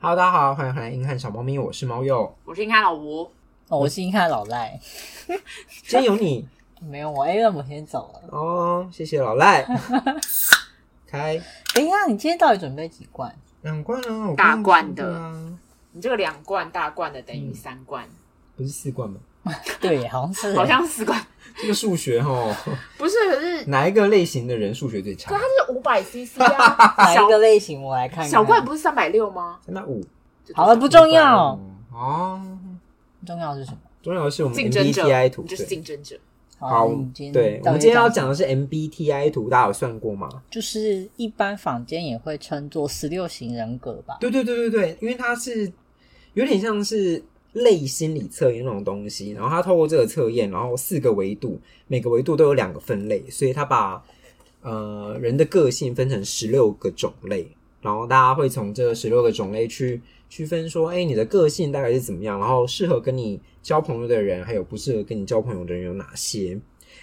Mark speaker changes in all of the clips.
Speaker 1: Hello，大家好，欢迎回来《硬汉小猫咪》，我是猫鼬。
Speaker 2: 我是你看老吴，
Speaker 3: 哦，我是硬汉老赖，
Speaker 1: 今天有你
Speaker 3: 没有我 A 了，我先走了。
Speaker 1: 哦，谢谢老 赖。开
Speaker 3: 等一下，你今天到底准备几罐？
Speaker 1: 两罐啊，我
Speaker 2: 大罐的
Speaker 1: 刚刚说啊，
Speaker 2: 你这个两罐大罐的等于三罐，
Speaker 1: 不是四罐吗？
Speaker 3: 对，好像是，
Speaker 2: 好像四罐，
Speaker 1: 这个数学哦，
Speaker 2: 不是，可是
Speaker 1: 哪一个类型的人数学最差
Speaker 2: 可？它是五百 CC 啊，
Speaker 3: 哪
Speaker 2: 小
Speaker 3: 一个类型？我来看看。
Speaker 2: 小罐不是三百六吗？
Speaker 1: 三百五，
Speaker 3: 好了，不重要，
Speaker 1: 500哦。
Speaker 3: 重要是什么？
Speaker 1: 重要的是我们
Speaker 2: 竞争者，
Speaker 1: MBTI 图
Speaker 2: 你就是
Speaker 1: 对。
Speaker 2: 竞争哦者。
Speaker 1: 好，
Speaker 3: 你今天
Speaker 1: 对，我
Speaker 3: 到
Speaker 1: 们
Speaker 3: 底
Speaker 1: 今天要
Speaker 3: 讲，
Speaker 1: 讲的是 MBTI 图，大家有算过吗？
Speaker 3: 就是一般坊间也会称作十六型人格吧？
Speaker 1: 对对对对对，因为它是有点像是类心理测验那种东西，然后它透过这个测验，然后四个维度，每个维度都有两个分类，所以它把呃人的个性分成十六个种类，然后大家会从这十六个种类去区分说，哎，你的个性大概是怎么样，然后适合跟你交朋友的人，还有不适合跟你交朋友的人有哪些，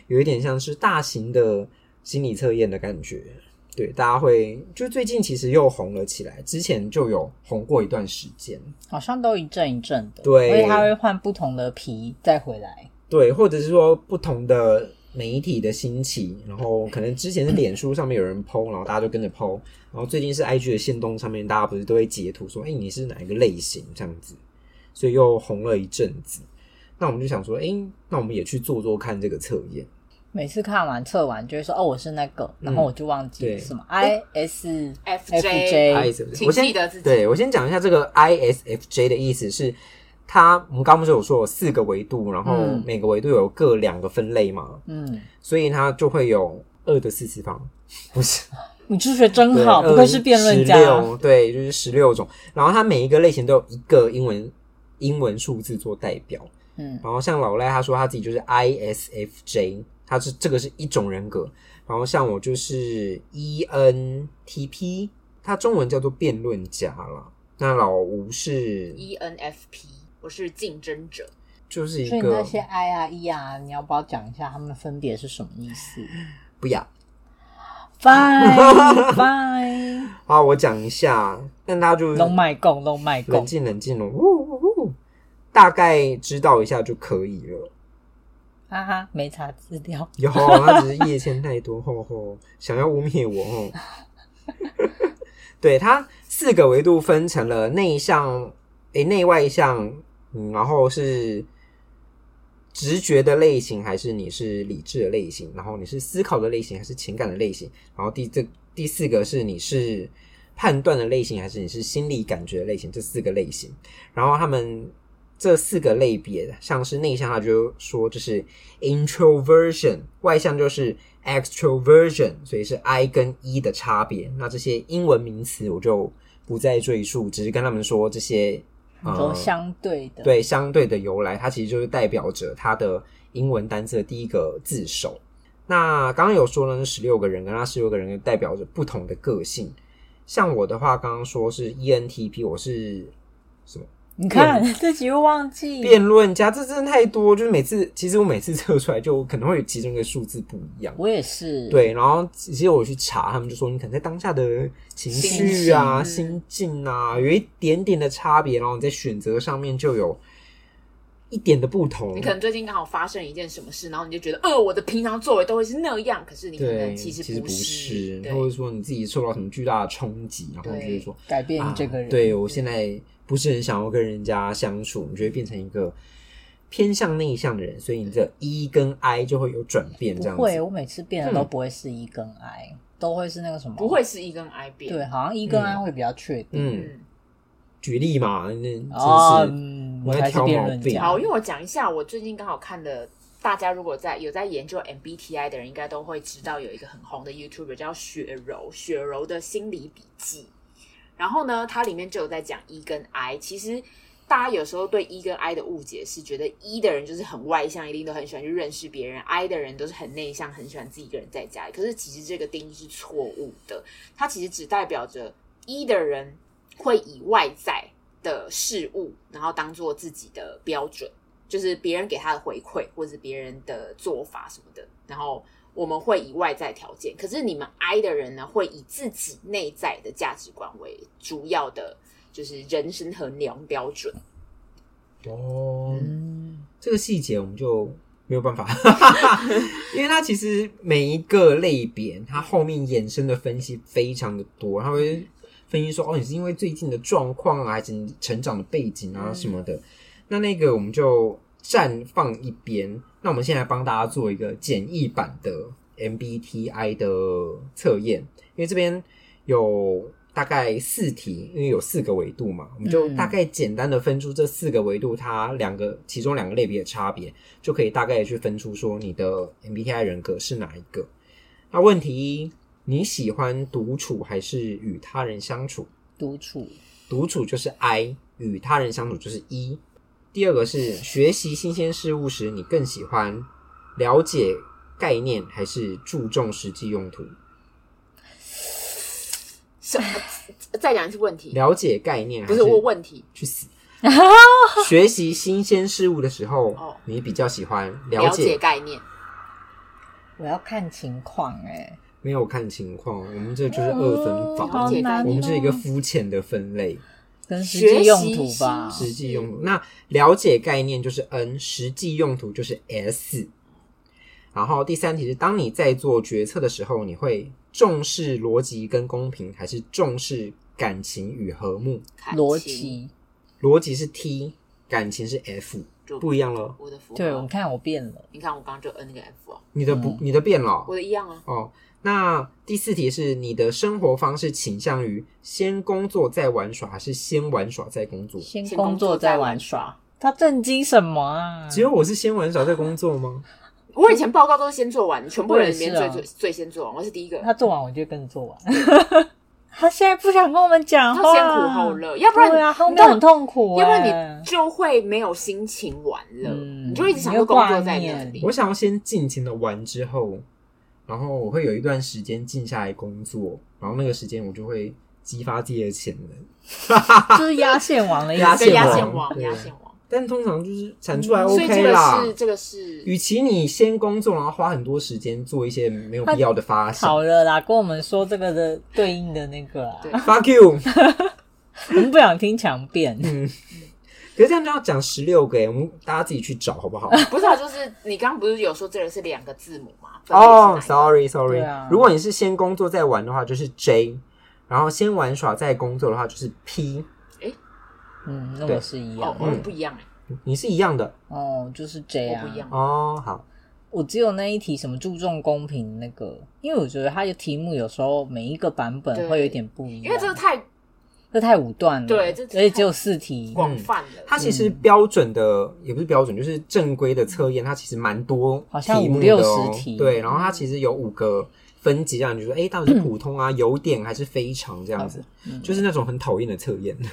Speaker 1: 有一点像是大型的心理测验的感觉。对，大家会就最近其实又红了起来，之前就有红过一段时间。
Speaker 3: 好像都一阵一阵的，
Speaker 1: 对
Speaker 3: 所以他会换不同的皮再回来。
Speaker 1: 对，或者是说不同的媒体的兴起，然后可能之前是脸书上面有人 PO，然后大家就跟着 PO，然后最近是 IG 的线动上面，大家不是都会截图说，哎、你是哪一个类型这样子，所以又红了一阵子。那我们就想说，哎、那我们也去做做看这个测验。
Speaker 3: 每次看完测完就会说哦，我是那个，然后我就忘记
Speaker 1: 对
Speaker 3: 了什么 I S
Speaker 2: FJ
Speaker 3: J，
Speaker 1: ISFJ，
Speaker 2: 请
Speaker 1: 我先
Speaker 2: 记得自己
Speaker 1: 对我先讲一下这个 ISFJ 的意思是，它我们刚刚不是有说有四个维度，然后
Speaker 3: 嗯
Speaker 1: 每个维度有各两个分类嘛，
Speaker 3: 嗯，
Speaker 1: 所以它就会有二的四次方，不是
Speaker 3: 你数学真嗯好，
Speaker 1: 对
Speaker 3: 不愧是辩论家。
Speaker 1: 16对，就是十六种，然后它每一个类型都有一个英文英文数字做代表，
Speaker 3: 嗯，
Speaker 1: 然后像老赖他说他自己就是 ISFJ，他是这个是一种人格。然后像我就是 E ENTP，他中文叫做辩论家啦。那老吴是
Speaker 2: E ENFP，我是竞争者。
Speaker 1: 就是一
Speaker 3: 所以那
Speaker 1: 个
Speaker 3: 些 I 啊 E 啊，你要不要讲一下他们分别是什么意 思
Speaker 1: 不要。
Speaker 3: ？Bye bye，
Speaker 1: 好，我讲一下，但大家就是
Speaker 3: 龙脉共，龙脉
Speaker 1: 冷
Speaker 3: 共。
Speaker 1: 静冷静哦，呜呜呜，大概知道一下就可以了。
Speaker 3: 哈哈，没查资料。
Speaker 1: 有，他只是夜签太多，吼 吼，想要污蔑我，吼。 对，它四个维度分成了内向、诶、内外向，嗯，然后是直觉的类型，还是你是理智的类型？然后你是思考的类型，还是情感的类型？然后第这第四个是你是判断的类型，还是你是心理感觉的类型？这四个类型，然后他们这四个类别，像是内向，他就说就是 introversion，外向就是 extroversion，所以是 I 跟 E 的差别。那这些英文名词我就不再赘述，只是跟他们说这些。呃
Speaker 3: 你说相对
Speaker 1: 嗯
Speaker 3: 的，，
Speaker 1: 对相对的由来，它其实就是代表着它的英文单词的第一个字首。那刚刚有说呢，十六个人，跟那十六个人就代表着不同的个性。像我的话，刚刚说是 E ENTP，我是什么
Speaker 3: 你看自己又忘记。
Speaker 1: 辩论家，这真的太多，就是每次其实我每次测出来就可能会有其中一个数字不一样。
Speaker 3: 我也是。，
Speaker 1: 对，然后其实我去查，他们就说你可能在当下的情
Speaker 3: 心
Speaker 1: 绪啊、
Speaker 2: 情
Speaker 1: 心境啊，有一点点的差别，然后你在选择上面就有一点的不同。
Speaker 2: 你可能最近刚好发生一件什么事，然后你就觉得，呃，我的平常作为都会是那样，可是你可
Speaker 1: 对，
Speaker 2: 能
Speaker 1: 其
Speaker 2: 实
Speaker 1: 不
Speaker 2: 不是。对，
Speaker 1: 或者说你自己受到什么巨大的冲击，然后你就会说
Speaker 3: 改变
Speaker 1: 啊，
Speaker 3: 这个人。
Speaker 1: 对我现在不是很想要跟人家相处，你就会变成一个偏向内向的人，所以你的 E 跟 I 就会有转变，
Speaker 3: 不
Speaker 1: 这样
Speaker 3: 会，
Speaker 1: 子。嗯
Speaker 3: 我每次变的都不会是一跟 I，、都会是那个什么？
Speaker 2: 不。会是 E 跟 I 变。
Speaker 3: 对，啊好像一跟
Speaker 1: 嗯
Speaker 3: I 会比较确定。
Speaker 1: 嗯，
Speaker 2: 嗯，
Speaker 1: 举例嘛，那真
Speaker 3: 哦，
Speaker 1: 是
Speaker 3: 嗯
Speaker 1: 我
Speaker 3: 我
Speaker 1: 在
Speaker 3: 才是
Speaker 1: 挑
Speaker 3: 辩
Speaker 1: 毛
Speaker 3: 论
Speaker 1: 病
Speaker 3: 家。
Speaker 2: 好，因为我讲一下，我最近刚好看的，大家如果在有在研究 MBTI 的人，应该都会知道有一个很红的 YouTuber 叫雪柔，雪柔的心理笔记。然后呢，它里面就有在讲 E 跟 I，其实。大家有时候对 E 跟 I 的误解是，觉得 E 的人就是很外向，一定都很喜欢去认识别人；I 的人都是很内向，很喜欢自己一个人在家里。可是其实这个定义是错误的，它其实只代表着 E 的人会以外在的事物，然后当做自己的标准，就是别人给他的回馈或者是别人的做法什么的，然后我们会以外在条件。可是你们 I 的人呢，会以自己内在的价值观为主要的就是人生衡量标准。
Speaker 1: 哦，
Speaker 3: 嗯，
Speaker 1: 这个细节我们就没有办法，因为它其实每一个类别，它后面衍生的分析非常的多，它会分析说，哦，你是因为最近的状况啊，还是你成长的背景啊
Speaker 2: 嗯
Speaker 1: 什么的。那那个我们就暂放一边。那我们现在帮大家做一个简易版的 MBTI 的测验，因为这边有大概四题，因为有四个维度嘛，我们就
Speaker 3: 嗯
Speaker 1: 大概简单的分出这四个维度它两个其中两个类别的差别，就可以大概去分出说你的 MBTI 人格是哪一个。那问题一，你喜欢独处还是与他人相处？
Speaker 3: 独 处，
Speaker 1: 独处就是 I，与他人相处就是 E。第二个是学习新鲜事物时，你更喜欢了解概念还是注重实际用途？
Speaker 2: 什么？再讲一次问题，
Speaker 1: 了解概念还
Speaker 2: 不是我问题
Speaker 1: 去死。学习新鲜事物的时候
Speaker 2: 哦，
Speaker 1: 你比较喜欢了
Speaker 2: 了
Speaker 1: 解
Speaker 2: 解？概念。
Speaker 3: 我要看情况哎、
Speaker 1: 没有看情况，我们这就是二分
Speaker 3: 哦好
Speaker 1: 法。
Speaker 2: 解
Speaker 3: 难哦
Speaker 1: 我们是一个肤浅的分类，
Speaker 3: 跟实际用途吧。
Speaker 2: 学习
Speaker 1: 实际用途。那了解概念就是 N，实际用途就是 S。然后第三题是，当你在做决策的时候，你会重视逻辑跟公平，还是重视感情与和睦？
Speaker 2: 感
Speaker 3: 逻
Speaker 2: 情
Speaker 3: 辑，
Speaker 1: 逻辑是 T，感情是 F，
Speaker 2: 就
Speaker 1: 不一样了。
Speaker 2: 我的符号，
Speaker 3: 对，我看我变了，
Speaker 2: 你看我刚刚就摁那个 F 哦，
Speaker 1: 你的不，你的变了
Speaker 2: 我的一样啊。
Speaker 1: 哦。那第四题是你的生活方式倾向于先工作再玩耍，还是先玩耍再工作？
Speaker 3: 先
Speaker 2: 先
Speaker 3: 工
Speaker 2: 工作
Speaker 3: 作再
Speaker 2: 再
Speaker 3: 玩
Speaker 2: 玩
Speaker 3: 耍
Speaker 2: 耍。
Speaker 3: 他震惊什么 啊？
Speaker 1: 只有我是先玩耍再工作吗？
Speaker 2: 我以前报告都是先做完，全部人里面
Speaker 3: 我也
Speaker 2: 最
Speaker 3: 是啊
Speaker 2: 最最先做完，我是第一个。
Speaker 3: 他做完我就跟着做完。 他现在不想跟我们讲
Speaker 2: 他
Speaker 3: 话，
Speaker 2: 先苦后乐，要不然
Speaker 3: 对啊，后
Speaker 2: 你知
Speaker 3: 面
Speaker 2: 道
Speaker 3: 很痛苦、欸，
Speaker 2: 要不然你就会没有心情玩了，
Speaker 3: 嗯
Speaker 2: 你就一直想着工作在
Speaker 3: 你会挂
Speaker 2: 那
Speaker 3: 念
Speaker 2: 里。
Speaker 1: 我想要先尽情的玩之后，然后我会有一段时间静下来工作，然后那个时间我就会激发自己的潜能。
Speaker 3: 就是压线王的意思。
Speaker 1: 压
Speaker 2: 对，
Speaker 1: 线
Speaker 2: 压
Speaker 1: 王
Speaker 2: 线王，
Speaker 1: 对
Speaker 2: 压线王。
Speaker 1: 但通常就是产出来
Speaker 3: 嗯
Speaker 2: 所以这
Speaker 1: OK
Speaker 2: 个
Speaker 1: 啦。
Speaker 2: 是这个是
Speaker 1: 与其你先工作，然后花很多时间做一些没有必要的发
Speaker 3: 好
Speaker 1: 想
Speaker 3: 了啦，跟我们说这个的对应的那个啊
Speaker 2: 对，
Speaker 1: ，fuck you。
Speaker 3: 我们不想听强辩。
Speaker 2: 嗯
Speaker 1: 可是这样就要讲十六个耶，我们大家自己去找好不好？
Speaker 2: 不是啊？就是你刚刚不是有说这个是两个字母吗？分别是哪一
Speaker 1: 哦、
Speaker 2: 个
Speaker 1: s o r r y sorry，、
Speaker 3: 对啊
Speaker 1: 如果你是先工作再玩的话，就是 J；然后先玩耍再工作的话，就是 P。
Speaker 3: 嗯，那
Speaker 1: 对
Speaker 3: 我是一样
Speaker 2: 哦，
Speaker 3: 的。
Speaker 2: 哦
Speaker 1: 嗯
Speaker 2: 不一样哎，
Speaker 1: 你是一样的
Speaker 3: 哦，就是这样。
Speaker 2: 我不一样欸
Speaker 1: 哦。好，
Speaker 3: 我只有那一题什么注重公平那个，因为我觉得它的题目有时候每一个版本
Speaker 2: 对
Speaker 3: 会有点不一样，
Speaker 2: 因
Speaker 1: 啊
Speaker 2: 为这个太
Speaker 3: 这太武断了。
Speaker 2: 对这
Speaker 3: 而且只有四题。
Speaker 2: 广泛了。
Speaker 1: 它其实
Speaker 3: 嗯
Speaker 1: 标准的、也不是标准，就是正规的测验，它其实蛮多
Speaker 3: 好像
Speaker 1: 题目
Speaker 3: 五
Speaker 1: 的
Speaker 3: 六
Speaker 1: 哦
Speaker 3: 十题
Speaker 1: 对，然后它其实有五个分级，让你觉得哎，诶到底是普通啊、有点还是非常这样子，
Speaker 3: 嗯
Speaker 1: 就是那种很讨厌的测验。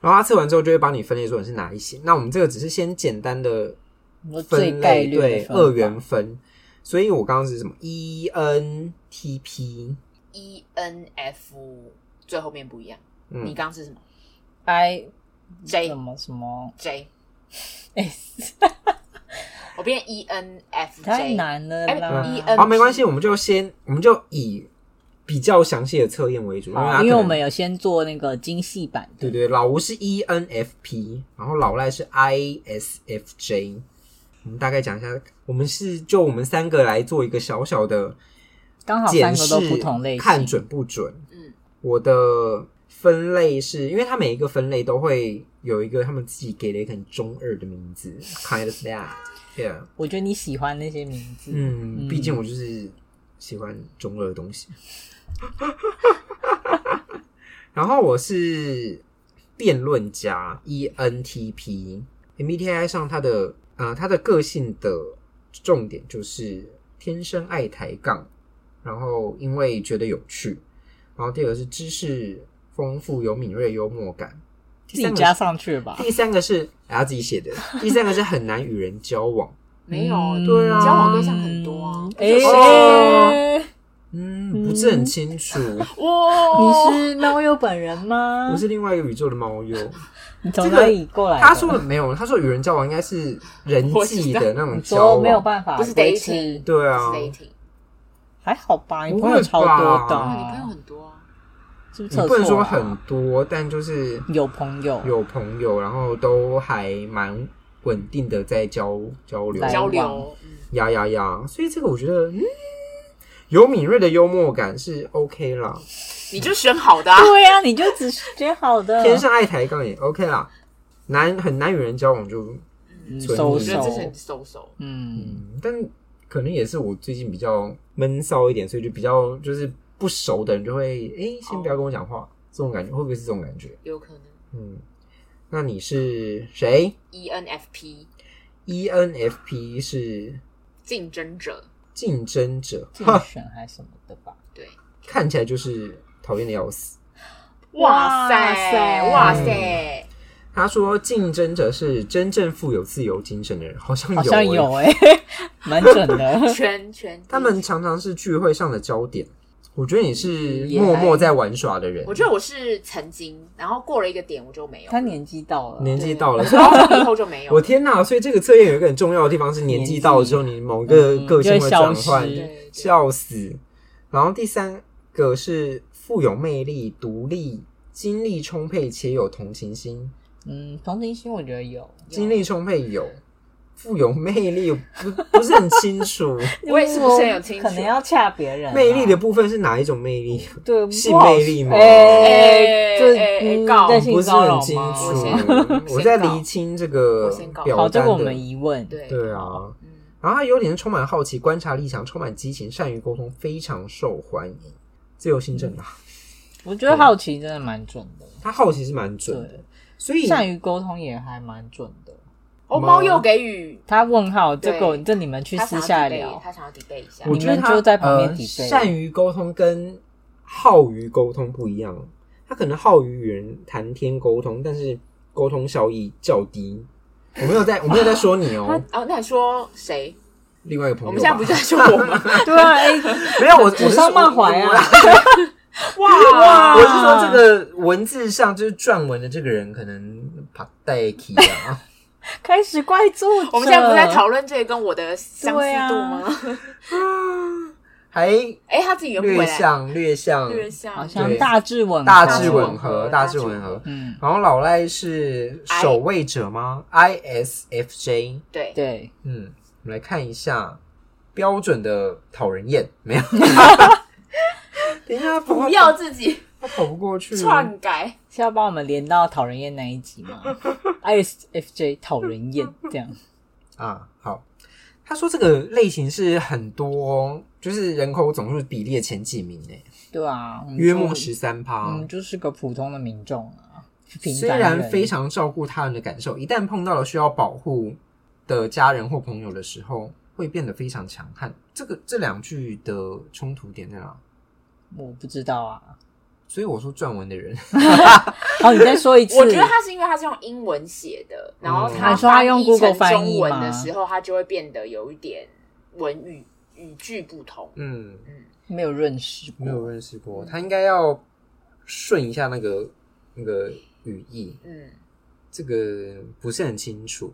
Speaker 1: 然后它测完之后就会帮你分类说你是哪一些。那我们这个只是先简单的
Speaker 3: 你说最
Speaker 1: 分
Speaker 3: 概
Speaker 1: 类，
Speaker 3: 率的
Speaker 1: 对
Speaker 3: 分法
Speaker 1: 二元分。所以我刚刚是什么 E N T P，
Speaker 2: E N F 最后面不一样，
Speaker 1: 嗯
Speaker 2: 你刚刚是什么
Speaker 3: I
Speaker 2: J
Speaker 3: 什么什么
Speaker 2: J？
Speaker 3: S，
Speaker 2: 我变 E N F
Speaker 3: 太
Speaker 2: J，
Speaker 3: 难了
Speaker 2: 哎
Speaker 3: 啦。
Speaker 2: E N
Speaker 1: 好，没关系，我们就先，我们就以比较详细的测验啊为主，因为它
Speaker 2: E
Speaker 3: 好因为
Speaker 1: 可能
Speaker 3: 我们有先做那个精细版
Speaker 1: 对
Speaker 3: 的
Speaker 1: 对，老吴是 E N F P，然后老赖是 I S F J。我们大概讲一下，我们是就我们三个来做一个小小的
Speaker 3: 刚好三
Speaker 1: 检
Speaker 3: 个
Speaker 1: 视，
Speaker 3: 都不同类型，
Speaker 1: 看准不准。
Speaker 2: 嗯，
Speaker 1: 我的分类是因为它每一个分类都会有一个他们自己给了一个很中二的名字，kind of that，yeah。
Speaker 3: 我觉得你喜欢那些名字，
Speaker 1: 嗯，
Speaker 3: 嗯
Speaker 1: 毕竟我就是喜欢中二的东西。 然后我是辩论家，E ENTP MBTI 上他的呃他的个性的重点就是天生爱抬杠，然后因为觉得有趣，然后第二个是知识丰富有敏锐幽默感，
Speaker 3: 自
Speaker 1: 第
Speaker 3: 己
Speaker 1: 三个
Speaker 3: 加
Speaker 1: 是
Speaker 3: 上去吧。
Speaker 1: 第三个是哎他自己写的，第三个是很难与人交往。
Speaker 2: 没有，
Speaker 3: 嗯
Speaker 1: 对啊
Speaker 2: 交往对象很多啊。
Speaker 3: 哎、
Speaker 1: 哦嗯，不是很清楚。
Speaker 2: 哇，
Speaker 3: 你是猫鼬本人吗？
Speaker 1: 我是另外一个宇宙的猫 鼬。
Speaker 3: 你从哪里过来的？
Speaker 1: 他说的没有，他说与人交往应该是人际的那种
Speaker 3: 你
Speaker 1: 交
Speaker 3: 说
Speaker 1: 往，
Speaker 3: 没有办法，
Speaker 2: 不是
Speaker 3: 维
Speaker 2: dating
Speaker 3: 持，
Speaker 1: 对啊，
Speaker 2: dating，
Speaker 3: 还好吧？你
Speaker 1: 不
Speaker 3: 朋
Speaker 1: 会
Speaker 3: 友超多的
Speaker 1: 吧
Speaker 2: 啊，
Speaker 3: 啊，
Speaker 2: 你朋友很多啊，
Speaker 3: 是不是
Speaker 1: 你
Speaker 3: 测
Speaker 1: 不能
Speaker 3: 错
Speaker 1: 说
Speaker 3: 了
Speaker 1: 很
Speaker 3: 啊？
Speaker 1: 多，但就是
Speaker 3: 有朋友
Speaker 1: 有朋友，然后都还蛮稳定的在交交流
Speaker 3: 来
Speaker 2: 交
Speaker 3: 往
Speaker 2: 流，嗯，
Speaker 1: 呀呀呀！所以这个我觉得，嗯，有敏锐的幽默感是 OK 啦，
Speaker 2: 你就选好的啊。
Speaker 3: 对呀、你就只选好 的，
Speaker 1: 天上爱抬杠也 OK 啦。难很难与人交往就，
Speaker 3: 嗯
Speaker 1: 存
Speaker 3: 收
Speaker 2: 我觉得这是很
Speaker 3: 手，
Speaker 2: 收手，
Speaker 3: 嗯，
Speaker 1: 嗯，但可能也是我最近比较闷骚一点，所以就比较就是不熟的人就会哎、诶先不要跟我讲话，这种感觉会不会是这种感觉？
Speaker 2: 有可能。
Speaker 1: 嗯，那你是谁
Speaker 2: E
Speaker 1: ？E
Speaker 2: ENFP
Speaker 1: ？ENFP 是
Speaker 2: 竞争者，
Speaker 1: 竞争者，
Speaker 3: 竞
Speaker 1: 哈，
Speaker 3: 选还是什么的 吧？
Speaker 2: 对，
Speaker 1: 看起来就是讨厌的要死。
Speaker 2: 哇塞，
Speaker 3: 哇
Speaker 2: 哇
Speaker 1: 塞
Speaker 2: 塞，。
Speaker 1: 他说：“竞争者是真正富有自由精神的人，好像有、
Speaker 3: 好
Speaker 1: 欸，
Speaker 3: 像有哎、欸， 蛮准的
Speaker 2: 圈 圈，
Speaker 1: 他们常常是聚会上的焦点。我觉得你是
Speaker 3: 也
Speaker 1: 默默在玩耍的人。
Speaker 2: 我觉得我是曾经，然后过了一个点我就没有，
Speaker 3: 他年纪到了，
Speaker 1: 年纪到了，
Speaker 2: 然后以后就没有。
Speaker 1: 我天哪！所以这个测验有一个很重要的地方是，年纪到了之后，你某个
Speaker 3: 嗯
Speaker 1: 个性会转
Speaker 3: 就会消
Speaker 1: 换
Speaker 3: 失，
Speaker 2: 对，对
Speaker 1: 笑死。然后第三个是富有魅力、独立、精力充沛且有同情心。
Speaker 3: 嗯，同情心我觉得有，
Speaker 1: 精力充沛有，富有魅力 不不是很清 楚。
Speaker 2: 我也是不是很有清楚
Speaker 3: 可能要恰别人啊、
Speaker 1: 魅力的部分是哪一种魅力？
Speaker 2: 嗯
Speaker 3: 对不
Speaker 1: 性
Speaker 3: 好
Speaker 1: 魅力吗
Speaker 3: 哎、
Speaker 2: 哎
Speaker 3: 这
Speaker 2: 哎哎
Speaker 3: 嗯
Speaker 2: 告
Speaker 3: 在
Speaker 1: 不
Speaker 3: 性
Speaker 1: 是
Speaker 3: 骚
Speaker 1: 很
Speaker 3: 扰
Speaker 1: 清
Speaker 3: 吗？
Speaker 2: 我
Speaker 1: 楚
Speaker 2: 先我，先
Speaker 1: 我在厘清这个
Speaker 2: 我先告
Speaker 1: 表
Speaker 3: 好，这
Speaker 1: 单
Speaker 3: 个我
Speaker 1: 的
Speaker 3: 们疑问，
Speaker 2: 对
Speaker 1: 对啊。
Speaker 2: 嗯
Speaker 1: 然后他优点是充满好奇、观察力强、充满激情、善于沟通，非常受欢迎。自由新政
Speaker 3: 嗯
Speaker 1: 啊，
Speaker 3: 我觉得好奇真的蛮准的，
Speaker 1: 他好奇是蛮准的，所以
Speaker 3: 善于沟通也还蛮准的。
Speaker 2: 哦，
Speaker 1: 猫
Speaker 2: 猫又给予
Speaker 3: 他问号，这
Speaker 2: 对
Speaker 3: 个这你们去
Speaker 2: 他
Speaker 3: 私
Speaker 2: 想
Speaker 3: 下
Speaker 2: 要 debate，
Speaker 3: 聊，
Speaker 2: 他想要 debate 一下
Speaker 1: 我。觉得
Speaker 3: 你
Speaker 1: 他
Speaker 3: 们就在旁边
Speaker 1: 呃
Speaker 3: debate
Speaker 1: 善于沟通跟好于沟通不一样，他可能好于与人谈天沟通，但是沟通效益较低。我没有在，我没有在说 你哦，
Speaker 2: 哦，那你说谁？
Speaker 1: 另外一个朋友吧。
Speaker 2: 我们现在不是在说我吗？
Speaker 3: 对啊，哎，
Speaker 1: 没有我，我
Speaker 3: 指
Speaker 1: 是
Speaker 3: 桑骂
Speaker 1: 我
Speaker 3: 槐啊
Speaker 1: 我
Speaker 2: 哇
Speaker 1: 我是 说这个文字上就是撰文的这个人可能怕带起啊，
Speaker 3: 开始怪作者。
Speaker 2: 我们现在不是在讨论这个跟我的相
Speaker 3: 对
Speaker 2: 似
Speaker 3: 啊
Speaker 2: 度吗？
Speaker 1: 还
Speaker 2: 哎，他自己圆不回
Speaker 1: 略
Speaker 2: 来，
Speaker 1: 像略像
Speaker 2: 略像，
Speaker 3: 好
Speaker 1: 对
Speaker 3: 像大致吻合
Speaker 1: 大致吻
Speaker 2: 大致吻合
Speaker 1: 合，大致吻合。
Speaker 3: 嗯，
Speaker 1: 然后老赖是守卫者吗？ISFJ。
Speaker 2: 对，
Speaker 3: 对，
Speaker 1: 嗯，我们来看一下标准的讨人厌没 有？等一下，
Speaker 2: 不要自己
Speaker 1: 他跑不过
Speaker 3: 嗯
Speaker 1: 去。
Speaker 2: 篡改。
Speaker 3: 是要帮我们连到讨人厌那一集 吗？ISFJ 讨人厌这样，
Speaker 1: 啊，好。他说这个类型是很多，就是人口总数比例的前几名诶，
Speaker 3: 对啊，我们
Speaker 1: 约
Speaker 2: 嗯
Speaker 1: 莫
Speaker 3: 就
Speaker 1: 十三
Speaker 3: 我
Speaker 1: 趴
Speaker 2: 啊
Speaker 3: 们。就是个普通的民众啊，平
Speaker 1: 虽
Speaker 3: 凡
Speaker 1: 然
Speaker 3: 人
Speaker 1: 非常照顾他人的感受，一旦碰到了需要保护的家人或朋友的时候，会变得非常强悍。这个这两句的冲突点在哪？
Speaker 3: 我不知道啊。
Speaker 1: 所以我说撰文的人，
Speaker 3: 哦，你再说一 次，
Speaker 2: 我觉得他是因为他是用英文写的，然后
Speaker 1: 嗯
Speaker 2: 他
Speaker 1: 你
Speaker 3: 说他用
Speaker 2: 译成
Speaker 3: Google 翻
Speaker 2: 中
Speaker 3: 译
Speaker 2: 文
Speaker 3: 吗
Speaker 2: 的时候，他就会变得有一点文语语句不同。
Speaker 1: 嗯，
Speaker 3: 没有认识过，
Speaker 1: 没有认识过，他应该要顺一下那个那个语义。
Speaker 2: 嗯，
Speaker 1: 这个不是很清楚，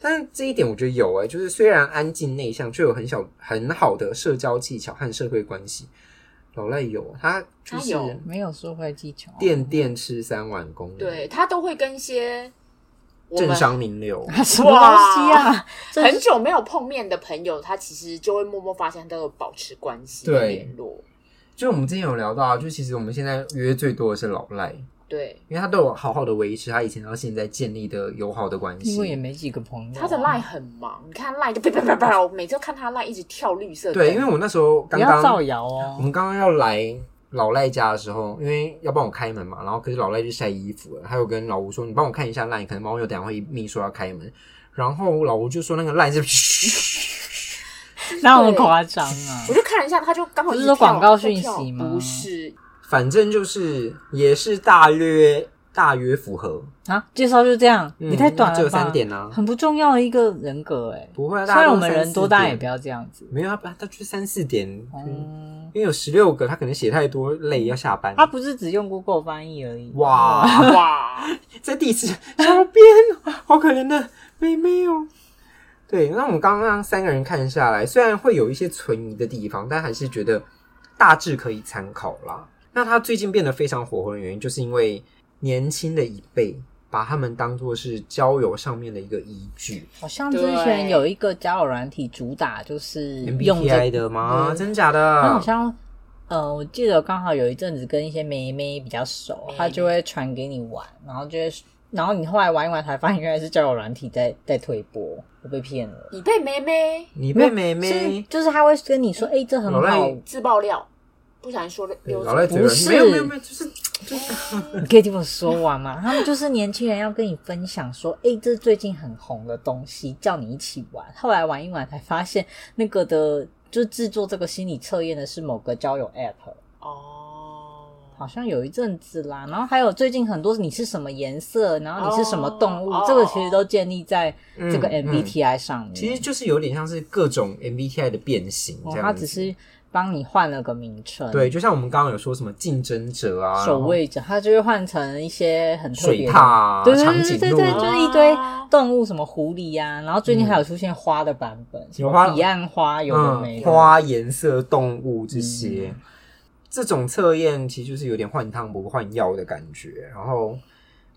Speaker 1: 但是这一点我觉得有哎、就是虽然安静内向，却有很小很好的社交技巧和社会关系。老赖有，他就
Speaker 2: 他
Speaker 1: 是
Speaker 2: 有
Speaker 3: 没有社会技巧，啊
Speaker 1: 垫垫吃三碗公，
Speaker 2: 对，他都会跟一些我
Speaker 1: 政
Speaker 2: 们
Speaker 1: 商名流，
Speaker 3: 什么东西啊？这
Speaker 2: 很久没有碰面的朋友，他其实就会默默发现他都有保持关系的
Speaker 1: 对
Speaker 2: 联络。
Speaker 1: 就我们之前有聊到啊，就其实我们现在约最多的是老赖，
Speaker 2: 对，
Speaker 1: 因为他都有好好的维持他以前到现在建立的友好的关
Speaker 3: 因为也
Speaker 1: 系。
Speaker 3: 没几个朋友啊，
Speaker 2: 他的赖很忙，你看赖就啪啪啪啪，我每次看他赖一直跳绿色灯。
Speaker 1: 对，因为我那时候
Speaker 3: 不
Speaker 1: 刚
Speaker 3: 要
Speaker 1: 刚
Speaker 3: 造谣
Speaker 1: 我
Speaker 3: 哦。
Speaker 1: 们刚刚要来老赖家的时候，因为要帮我开门嘛，然后可是老赖去晒衣服了，还有跟老吴说：“你帮我看一下赖，可能猫友等一下会密说要开门。”然后老吴就说：“那个赖是
Speaker 3: 那么夸张啊
Speaker 2: 我？就看了一下，他就刚好
Speaker 3: 不
Speaker 2: 一
Speaker 3: 是
Speaker 2: 直
Speaker 3: 说广
Speaker 2: 跳
Speaker 3: 告讯
Speaker 2: 跳
Speaker 3: 息吗
Speaker 2: 不是，
Speaker 1: 反正就是也是大约大约符合，
Speaker 3: 啊，介绍就这样，
Speaker 1: 嗯
Speaker 3: 你太短了吧？
Speaker 1: 只有三点啊
Speaker 3: 很不重要的一个人格哎。
Speaker 1: 不会啊。
Speaker 3: 虽
Speaker 1: 大家
Speaker 3: 然
Speaker 1: 都
Speaker 3: 我们人多，但也不
Speaker 1: 要
Speaker 3: 要这样子。
Speaker 1: 没有他，他就三四点，嗯
Speaker 3: 嗯，
Speaker 1: 因为有十六个，他可能写太多累要下班。
Speaker 3: 他不是只用 Google 翻译而已。
Speaker 1: 哇，
Speaker 2: 哇，
Speaker 1: 在第十，小编，好可怜啊的妹妹哦。对，那我们刚刚三个人看下来，虽然会有一些存疑的地方，但还是觉得大致可以参考啦。那它最近变得非常火红的原因，就是因为年轻的一辈把他们当做是交友上面的一个依据。
Speaker 3: 好像之前有一个交友软体主打就是嗯用这
Speaker 1: MBTI 的吗？
Speaker 3: 嗯
Speaker 1: 真假
Speaker 3: 他好
Speaker 1: 的？
Speaker 3: 像，呃，我记得刚好有一阵子跟一些妹妹比较熟
Speaker 1: 嗯
Speaker 2: 妹，
Speaker 3: 她就会传给你玩，然后就会，然后你后来玩一玩才发现原来是交友软体在在推播，我被骗了。
Speaker 2: 你被妹妹
Speaker 1: 你被妹
Speaker 3: 是
Speaker 1: 妹
Speaker 3: 就是他会跟你
Speaker 1: 嗯
Speaker 3: 说，哎、这很
Speaker 1: 老赖
Speaker 3: 好，
Speaker 2: 自爆料，不小心说了溜
Speaker 1: 老赖嘴
Speaker 3: 不
Speaker 1: 软，
Speaker 3: 是
Speaker 1: 没有没有没有，就是
Speaker 3: 你可以听我说完吗？ 他们就是年轻人要跟你分享说，哎、这是最近很红的东西，叫你一起玩。后来玩一玩才发现，那个的就是制作这个心理测验的是某个交友 app。
Speaker 2: 哦，
Speaker 3: 好像有一阵子啦，然后还有最近很多是你是什么颜色，然后你是什么动物
Speaker 2: 哦
Speaker 3: 这个其实都建立在
Speaker 1: 嗯
Speaker 3: 这个
Speaker 1: 嗯
Speaker 3: MBTI 上面。
Speaker 1: 其实就是有点像是各种 MBTI 的变形
Speaker 3: 哦
Speaker 1: 这样子。
Speaker 3: 它只是帮你换了个名称，
Speaker 1: 对，，就像我们刚刚有说什么竞争者啊，
Speaker 3: 守卫者，它就会换成一些很特别
Speaker 1: 水
Speaker 3: 的，
Speaker 1: 獭啊
Speaker 3: 对对
Speaker 1: 长
Speaker 3: 对
Speaker 1: 颈
Speaker 3: 对
Speaker 1: 鹿
Speaker 3: 对，
Speaker 1: 啊
Speaker 3: 就是一堆
Speaker 2: 哦
Speaker 3: 动物，什么狐狸呀、然后最近还有出现花的版本，什么
Speaker 1: 有花
Speaker 3: 彼岸花，有的
Speaker 1: 嗯，
Speaker 3: 没的，嗯
Speaker 1: 花颜色、动物这些，这种测验其实就是有点换汤不换药的感觉。然后，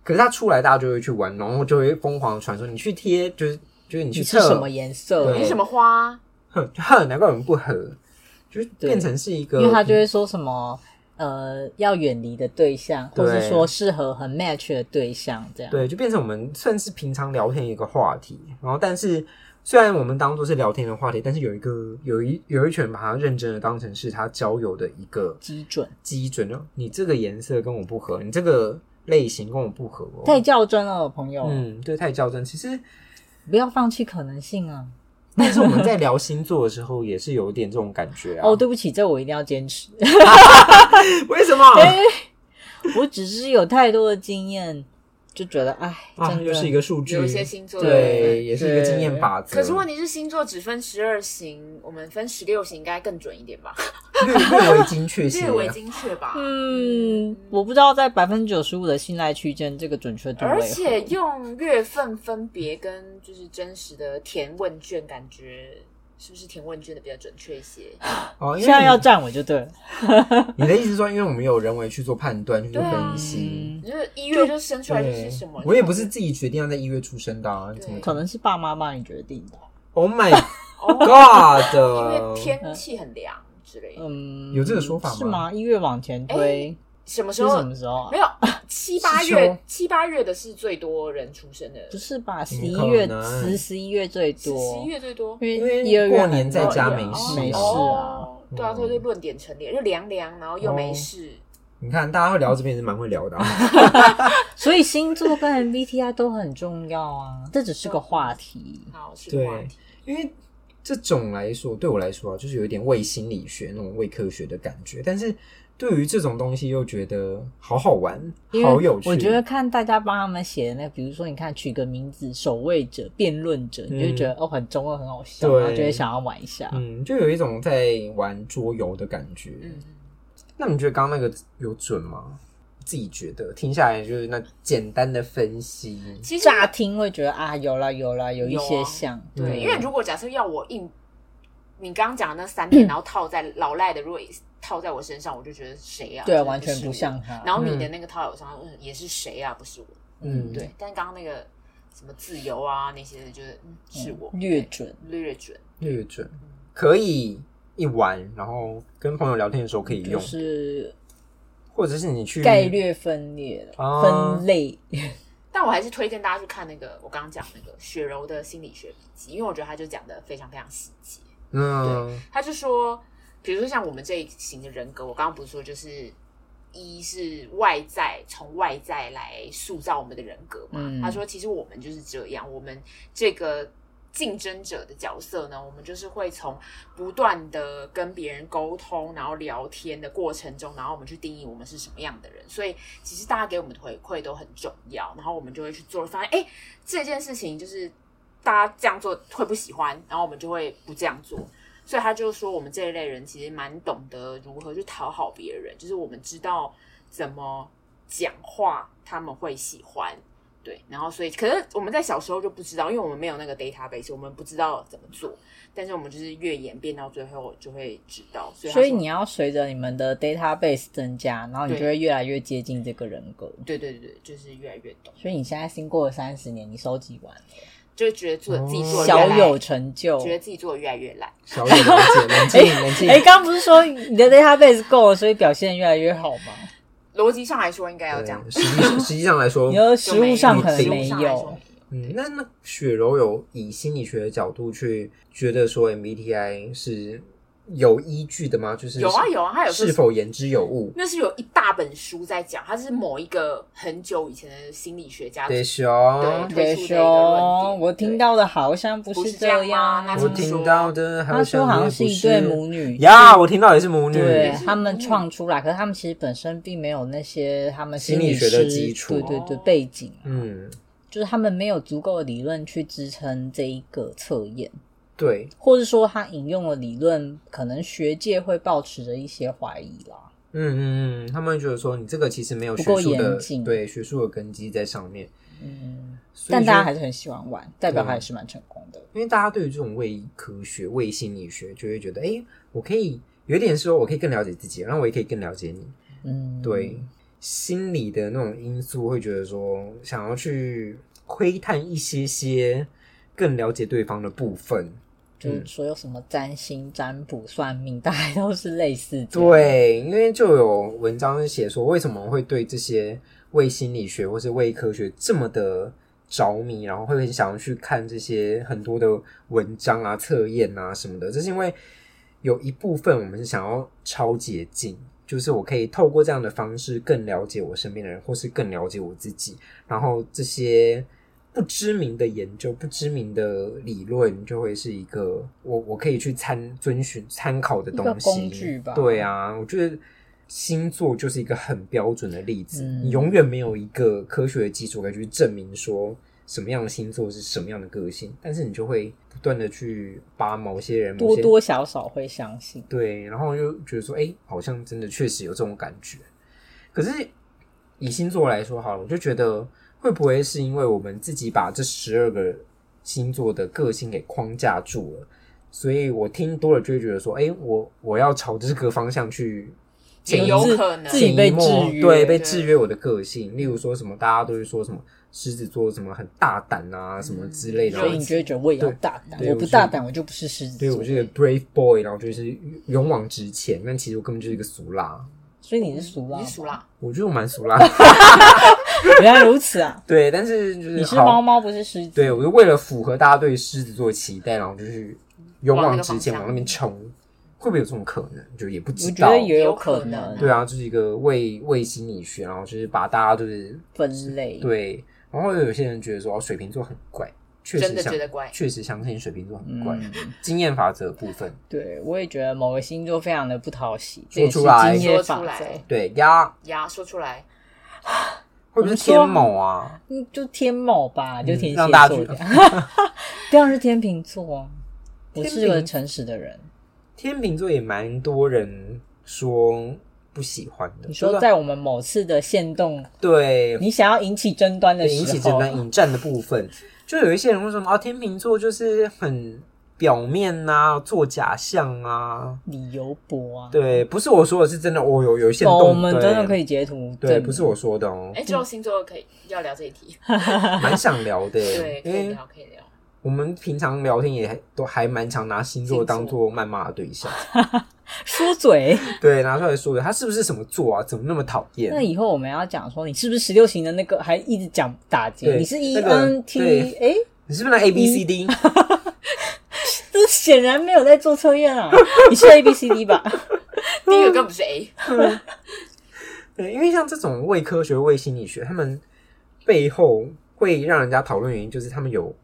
Speaker 1: 可是它出来，大家就会去玩，然后就会疯狂传说你去贴，就是就是你去
Speaker 3: 你
Speaker 1: 测
Speaker 3: 是什么颜色？
Speaker 1: 对
Speaker 2: 你是什么花？
Speaker 1: 哼哼，难怪我们不合，就是变成是一个，
Speaker 3: 因为他就会说什么。呃，要远离的对象，或
Speaker 1: 对
Speaker 3: 是说适合很 match 的对象，这样。
Speaker 1: 对，就变成我们算是平常聊天的一个话题。然后，但是虽然我们当做是聊天的话题，但是有一个有一有一群人把它认真的当成是他交友的一个
Speaker 3: 基准
Speaker 1: 基准哦。你这个颜色跟我不合，你这个类型跟我不合哦。
Speaker 3: 太较真了，朋友，
Speaker 1: 嗯，对，太较真。其实，
Speaker 3: 不要放弃可能性啊！
Speaker 1: 但是我们在聊星座的时候，也是有一点这种感觉啊。
Speaker 3: 哦，，对不起，这我一定要坚持。
Speaker 1: 为什么？
Speaker 3: 我只是有太多的经验，就觉得哎，
Speaker 1: 啊，
Speaker 3: 真
Speaker 1: 又
Speaker 3: 的
Speaker 1: 是一个数据，
Speaker 2: 有一些星座
Speaker 1: 对，也是一个
Speaker 3: 对
Speaker 1: 经验法则。
Speaker 2: 可是问题是星座只分十二型，我们分十六型应该更准一点吧？
Speaker 1: 略略微精确些
Speaker 2: 略，为精确吧。
Speaker 3: 嗯，我不知道在百分之九十五的信赖区间，这哦个准确度为何
Speaker 2: 而且用月份分别跟就是真实的填问卷，感觉是不是填问卷的比较准确一 些？
Speaker 1: 哦，因
Speaker 3: 现在
Speaker 1: 为
Speaker 3: 要站我就对了。
Speaker 1: 你你的意思是说，因为我们有人为去做判断、去做
Speaker 2: 对啊
Speaker 1: 分析。
Speaker 3: 嗯，
Speaker 2: 就是一月就生
Speaker 3: 啊
Speaker 2: 出来就是什么？
Speaker 1: 我也不是自己决定要在一月出生的、啊，你怎么
Speaker 2: 对
Speaker 3: 可能是爸妈帮你决定的。
Speaker 1: ？Oh my
Speaker 2: 哦， 因为
Speaker 1: God！
Speaker 2: 天气很凉之类的。
Speaker 3: 嗯，
Speaker 1: 有这个说法吗
Speaker 3: 是吗？一月往前推
Speaker 2: 什么时
Speaker 3: 是什
Speaker 2: 候？
Speaker 3: 么时候啊
Speaker 2: 没？有七八
Speaker 1: 是秋
Speaker 2: 月，七八月的是最多人出生的
Speaker 3: 不，是吧？
Speaker 1: 怎
Speaker 3: 十
Speaker 1: 么
Speaker 3: 一
Speaker 1: 可
Speaker 3: 月
Speaker 1: 能
Speaker 3: 十十一月最
Speaker 2: 十
Speaker 3: 多
Speaker 2: 一，月最多。
Speaker 3: 因
Speaker 1: 因为
Speaker 3: 为一二月
Speaker 1: 过年在
Speaker 3: 很多
Speaker 1: 家
Speaker 2: 哦
Speaker 1: 没
Speaker 3: 哦
Speaker 1: 事
Speaker 3: 没事
Speaker 1: 啊
Speaker 3: 啊。
Speaker 2: 哦对啊，所以就论点成立，就凉凉，然后又
Speaker 3: 哦
Speaker 2: 没事。
Speaker 1: 你看，大家会聊这边也是蛮会聊的、啊。
Speaker 3: 所以星座跟 MBTI 都很重要啊，这只是个话题。
Speaker 2: 好，是
Speaker 1: 对
Speaker 2: 个话题。
Speaker 1: 因为这种来说，对我来说啊，就是有一点伪心理学那种伪科学的感觉。但是对于这种东西，又觉得好好玩
Speaker 3: 因，为
Speaker 1: 好有趣。
Speaker 3: 我觉得看大家帮他们写的那，比如说你看取个名字，守卫者、辩论者，你就会觉得、哦很中二、很好
Speaker 1: 嗯
Speaker 3: 笑，
Speaker 1: 对
Speaker 3: 然后就会想要玩一下。
Speaker 1: 嗯，就有一种在玩桌游的感觉。
Speaker 2: 嗯，
Speaker 1: 那你觉得刚刚那个有准吗？自己觉得听下来就是那简单的分析，
Speaker 2: 其实
Speaker 3: 乍听会觉得啊，有啦有啦，有一些像，
Speaker 1: 嗯
Speaker 2: 啊对，因为如果假设要我硬，你刚刚讲的那三 点，然后套在老赖的，如果套在我身上，我就觉得谁啊？
Speaker 3: 对
Speaker 2: 真的
Speaker 3: 完全
Speaker 2: 是
Speaker 3: 不
Speaker 2: 我
Speaker 3: 像他
Speaker 2: 然后你的那个套友上嗯也是谁啊？不是我。
Speaker 1: 嗯，
Speaker 2: 对，但刚刚那个什么自由啊那些的，就是嗯是我
Speaker 3: 略准。
Speaker 2: 略准。
Speaker 1: 略准，可以一玩，然后跟朋友聊天的时候可以
Speaker 3: 就
Speaker 1: 用，
Speaker 3: 是
Speaker 1: 或者是你去
Speaker 3: 概率分裂了、
Speaker 2: 嗯
Speaker 1: 啊
Speaker 3: 分类，
Speaker 2: 但我还是推荐大家去看那个我刚刚讲那个雪柔的心理学笔记，因为我觉得他就讲的非常非常细节。
Speaker 1: 嗯，
Speaker 2: 他就说，比如说像我们这一型的人格，我刚刚不是说就是。一是外在，从外在来塑造我们的人格嘛。
Speaker 3: 嗯
Speaker 2: 他说，其实我们就是这样，我们这个竞争者的角色呢，我们就是会从不断的跟别人沟通，然后聊天的过程中，然后我们去定义我们是什么样的人。所以，其实大家给我们的回馈都很重要，然后我们就会去做，发现哎，诶这件事情就是大家这样做会不喜欢，然后我们就会不这样做。所以他就说，我们这一类人其实蛮懂得如何去讨好别人，就是我们知道怎么讲话他们会喜欢，对，然后所以可是我们在小时候就不知道，因为我们没有那个 database，我们不知道怎么做，但是我们就是越演变到最后就会知道。所以他
Speaker 3: 所以
Speaker 2: 说
Speaker 3: 你要随着你们的 database 增加，然后你
Speaker 2: 对
Speaker 3: 就会越来越接近这个人格。
Speaker 2: 对对对，对就是越来越懂，
Speaker 3: 所以你现在新过了三十年，你收集完了，
Speaker 2: 就会觉得做自己做得越来
Speaker 3: 小
Speaker 2: 越
Speaker 3: 有成就。
Speaker 2: 觉得自己做的越来越烂。
Speaker 1: 小雨了解，冷 静冷静
Speaker 3: 哎，，刚刚不是说你的 database 够了，所以表现越来越好吗？
Speaker 2: 逻辑上来说应该哎要这样
Speaker 1: 对，实际实际上来说
Speaker 3: 你，说
Speaker 2: 就
Speaker 3: 实
Speaker 2: 没
Speaker 3: 物
Speaker 2: 有
Speaker 3: 上可
Speaker 2: 实物
Speaker 3: 能没
Speaker 2: 上来说
Speaker 3: 有
Speaker 2: 没，
Speaker 1: 嗯，那那雪柔有以心理学的角度去觉得说 MBTI 是有依据的吗？就是
Speaker 2: 有啊有啊，他有说
Speaker 1: 是否言之有物？
Speaker 2: 那是有一大本书在讲，它是某一个很久以前的心理学家
Speaker 1: 对哦熊，
Speaker 2: 对推
Speaker 3: 对
Speaker 2: 出的一个
Speaker 3: 兄
Speaker 2: 论点，
Speaker 3: 我听到的好像不
Speaker 2: 不
Speaker 3: 是
Speaker 2: 是这样
Speaker 3: 样
Speaker 2: 吗那
Speaker 3: 啊。
Speaker 2: 怎
Speaker 1: 我
Speaker 2: 么
Speaker 1: 听
Speaker 2: 说
Speaker 1: 到的还
Speaker 3: 他
Speaker 1: 有
Speaker 3: 说好像
Speaker 1: 是
Speaker 3: 是一对母女
Speaker 1: 呀，我听到也是母女，
Speaker 3: 对
Speaker 2: 是
Speaker 3: 他们创出来，可是他们其实本身并没有那些他们
Speaker 1: 心
Speaker 3: 理
Speaker 1: 理学的
Speaker 3: 师
Speaker 1: 基础
Speaker 3: 对对对
Speaker 2: 哦
Speaker 3: 背景啊，
Speaker 1: 嗯，
Speaker 3: 就是他们没有足够的理论去支撑这一个测验，
Speaker 1: 对，
Speaker 3: 或者说他引用的理论，可能学界会抱持着一些怀疑啦。
Speaker 1: 嗯嗯嗯，他们会觉得说你这个其实没有
Speaker 3: 不
Speaker 1: 学
Speaker 3: 够
Speaker 1: 术的
Speaker 3: 严谨
Speaker 1: 对学术的根基在上面，
Speaker 3: 嗯，
Speaker 1: 所以
Speaker 3: 但大家
Speaker 1: 就
Speaker 3: 还是很喜欢玩，代表
Speaker 1: 对
Speaker 3: 他也是蛮成功的。
Speaker 1: 因为大家对于这种伪科学、伪心理学，就会觉得，哎、我可以有一点说，我可以更了解自己，然后我也可以更了解你。
Speaker 3: 嗯，
Speaker 1: 对，心理的那种因素，会觉得说，想要去窥探一些些更了解对方的部分。嗯
Speaker 3: 就是所有什么占星、占卜、算命，大概都是类似这样。
Speaker 1: 对，因为就有文章写说，为什么会对这些伪心理学或是伪科学这么的着迷，然后会很想要去看这些很多的文章啊、测验啊什么的，这是因为有一部分我们是想要超捷径。就是我可以透过这样的方式更了解我身边的人，或是更了解我自己。然后这些不知名的研究、不知名的理论，就会是一个我我可以去参遵循参考的东西
Speaker 3: 一个工具吧
Speaker 1: 对啊，我觉得星座就是一个很标准的例子，
Speaker 3: 嗯
Speaker 1: 你永远没有一个科学的基础可以去证明说。什么样的星座是什么样的个性，但是你就会不断的去把某些人、某
Speaker 3: 多
Speaker 1: 些
Speaker 3: 多少少会相信。
Speaker 1: 对，然后就觉得说，哎、好像真的确实有这种感觉。可是以星座来说，好了，我就觉得会不会是因为我们自己把这十二个星座的个性给框架住了，所以我听多了就会觉得说，哎、我我要朝这个方向去
Speaker 2: 也
Speaker 1: 潜移
Speaker 2: 有
Speaker 1: 默
Speaker 2: 可能
Speaker 3: 自己被制约，
Speaker 1: 对，被
Speaker 2: 对
Speaker 1: 制约我的个性。例如说什么，大家都会说什么狮子座什么很大胆啊，什么之类的，
Speaker 3: 所以你就会觉得我也要
Speaker 1: 对
Speaker 3: 大胆，
Speaker 1: 对
Speaker 3: 我
Speaker 1: 我
Speaker 3: 不
Speaker 1: 是
Speaker 3: 大胆我就不是狮子
Speaker 1: 对
Speaker 3: 座。
Speaker 1: 我是一个 brave boy，然后就是勇往直前，但其实我根本就是一个俗辣。
Speaker 3: 所以你是俗
Speaker 2: 哦你
Speaker 3: 啦
Speaker 2: 是，熟嗯啦，
Speaker 1: 我觉得我蛮俗辣的，
Speaker 3: 原来如此 啊！
Speaker 1: 对，但是就是
Speaker 3: 你是
Speaker 1: 好
Speaker 3: 猫，猫不是狮子，
Speaker 1: 对我就为了符合大家对狮子座的期待，然后就是勇
Speaker 2: 往那
Speaker 1: 往
Speaker 2: 个
Speaker 1: 直前
Speaker 2: 方向
Speaker 1: 往那边冲，会不会有这种可能？就也不知
Speaker 3: 我觉
Speaker 1: 道
Speaker 3: 得。也
Speaker 2: 有
Speaker 3: 可
Speaker 2: 可能
Speaker 1: 对啊，就是一个为为心理学，然后就是把大家就是
Speaker 3: 分类，
Speaker 1: 对，然后有些人觉得说哦，水瓶座很怪，确
Speaker 2: 真
Speaker 1: 实
Speaker 2: 的
Speaker 1: 相
Speaker 2: 觉得怪
Speaker 1: 确实相信水瓶座很怪。
Speaker 3: 嗯
Speaker 1: 经验法则的部分，
Speaker 3: 对，我也觉得某个星座非常的不讨喜，这
Speaker 1: 说
Speaker 3: 也是
Speaker 1: 出来
Speaker 3: 经验
Speaker 2: 说
Speaker 3: 法
Speaker 2: 出
Speaker 3: 则。
Speaker 2: 来
Speaker 1: 对呀，
Speaker 2: 呀，说出来，
Speaker 1: 会不会是
Speaker 3: 我
Speaker 1: 天
Speaker 3: 们说
Speaker 1: 某啊？
Speaker 3: 嗯，就天某吧，就天蝎
Speaker 1: 嗯让大家觉
Speaker 3: 座这
Speaker 1: 得
Speaker 3: 样， 当然是天秤座啊。我是
Speaker 1: 天
Speaker 3: 个
Speaker 1: 秤
Speaker 3: 诚实的人，
Speaker 1: 天秤座也蛮多人说不喜欢的。
Speaker 3: 你说
Speaker 1: 就是
Speaker 3: 在我们某次的限动，
Speaker 1: 对，
Speaker 3: 你想要引起争端的
Speaker 1: 对
Speaker 3: 时候，啊
Speaker 1: 引起争端、引战的部分，就有一些人会说啊，天秤座就是很表面呐、做假象啊。
Speaker 3: 理由博啊，
Speaker 1: 对，不是我说的是真的，哦，有有一些
Speaker 3: 哦，
Speaker 1: 动，
Speaker 3: 我们
Speaker 1: 对
Speaker 3: 真的可以截图证
Speaker 1: 对，
Speaker 3: 明
Speaker 1: 不是我说的 哦，
Speaker 2: 哎，只有星座可以要聊这一题，
Speaker 1: 蛮想聊的，
Speaker 2: 对，可
Speaker 1: 因
Speaker 2: 以
Speaker 1: 为
Speaker 2: 聊，可以聊。
Speaker 1: 我们平常聊天也还都还蛮常拿星座
Speaker 2: 星座
Speaker 1: 当做谩骂的对象，
Speaker 3: 说嘴。
Speaker 1: 对，拿出来说的，他是不是什么座啊？怎么那么讨厌？
Speaker 3: 那以后我们要讲说，你是不是十六型的那个，还一直讲打结，
Speaker 1: 对
Speaker 3: 你是 E
Speaker 1: 那个
Speaker 3: N T，
Speaker 1: 对
Speaker 3: 哎，
Speaker 1: 你是不是那 A B C D？
Speaker 3: 这显然没有在做测验啊，你是 A B C D 吧？
Speaker 2: 第一个更不是 A，
Speaker 1: 对，因为像这种伪科学、伪心理学，他们背后会让人家讨论原因，就是他们有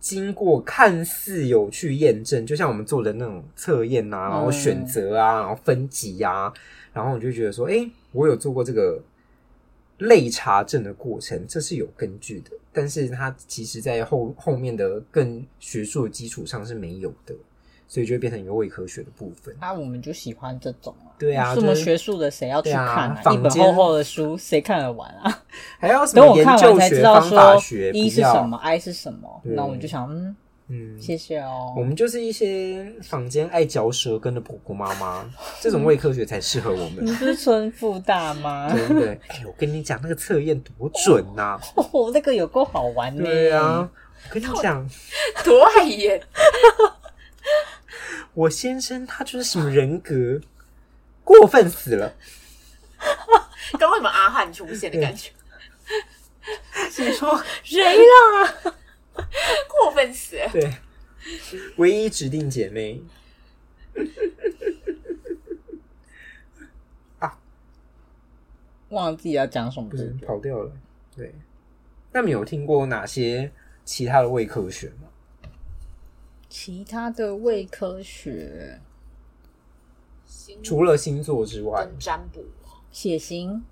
Speaker 1: 经过看似有去验证，就像我们做的那种测验啊，然后
Speaker 3: 嗯
Speaker 1: 选择啊，然后分级啊，然后你就觉得说，哎、我有做过这个类查证的过程，这是有根据的，但是它其实在后后面的更学术的基础上是没有的，所以就会变成一个伪科学的部分。
Speaker 3: 啊，我们就喜欢这种啊。
Speaker 1: 对啊
Speaker 3: 什么
Speaker 1: 就是
Speaker 3: 学术的谁要去
Speaker 1: 对啊
Speaker 3: 看啊？一
Speaker 1: 坊
Speaker 3: 本
Speaker 1: 间
Speaker 3: 厚厚的书谁看得完 啊？
Speaker 1: 还要什
Speaker 3: 等
Speaker 1: 么
Speaker 3: 我
Speaker 1: 研
Speaker 3: 看完
Speaker 1: 究
Speaker 3: 才
Speaker 1: 学
Speaker 3: 知道
Speaker 1: 方法
Speaker 3: 说
Speaker 1: 学，
Speaker 3: 一
Speaker 1: 不
Speaker 3: 是
Speaker 1: 要
Speaker 3: 什么，I 是什么。
Speaker 1: 对
Speaker 3: 那我就想，嗯，
Speaker 1: 嗯，
Speaker 3: 谢谢哦
Speaker 1: 我。们就是一些坊间爱嚼舌根的婆婆妈妈，这种伪科学才适合我
Speaker 3: 你
Speaker 2: 嗯
Speaker 1: 们。
Speaker 3: 是村妇大妈，
Speaker 1: 真的，哎、我跟你讲，那个测验多准呐、
Speaker 3: 哦，那个有够好玩的。
Speaker 1: 对
Speaker 2: 嗯
Speaker 1: 啊，我跟你讲，
Speaker 2: 多碍眼。
Speaker 1: 我先生他就是什么人格，过分死了。
Speaker 2: 刚为什么阿汉出现的感觉？
Speaker 1: 所以说，
Speaker 3: 谁啦？
Speaker 2: 过分死了！
Speaker 1: 对，唯一指定姐妹
Speaker 3: 忘记要讲什么
Speaker 1: 不是
Speaker 3: 了。
Speaker 1: 跑掉了。对，那你有听过哪些其他的伪科学吗？
Speaker 3: 其他的伪科学，
Speaker 1: 除了星座之外，
Speaker 2: 跟占卜
Speaker 3: 血型，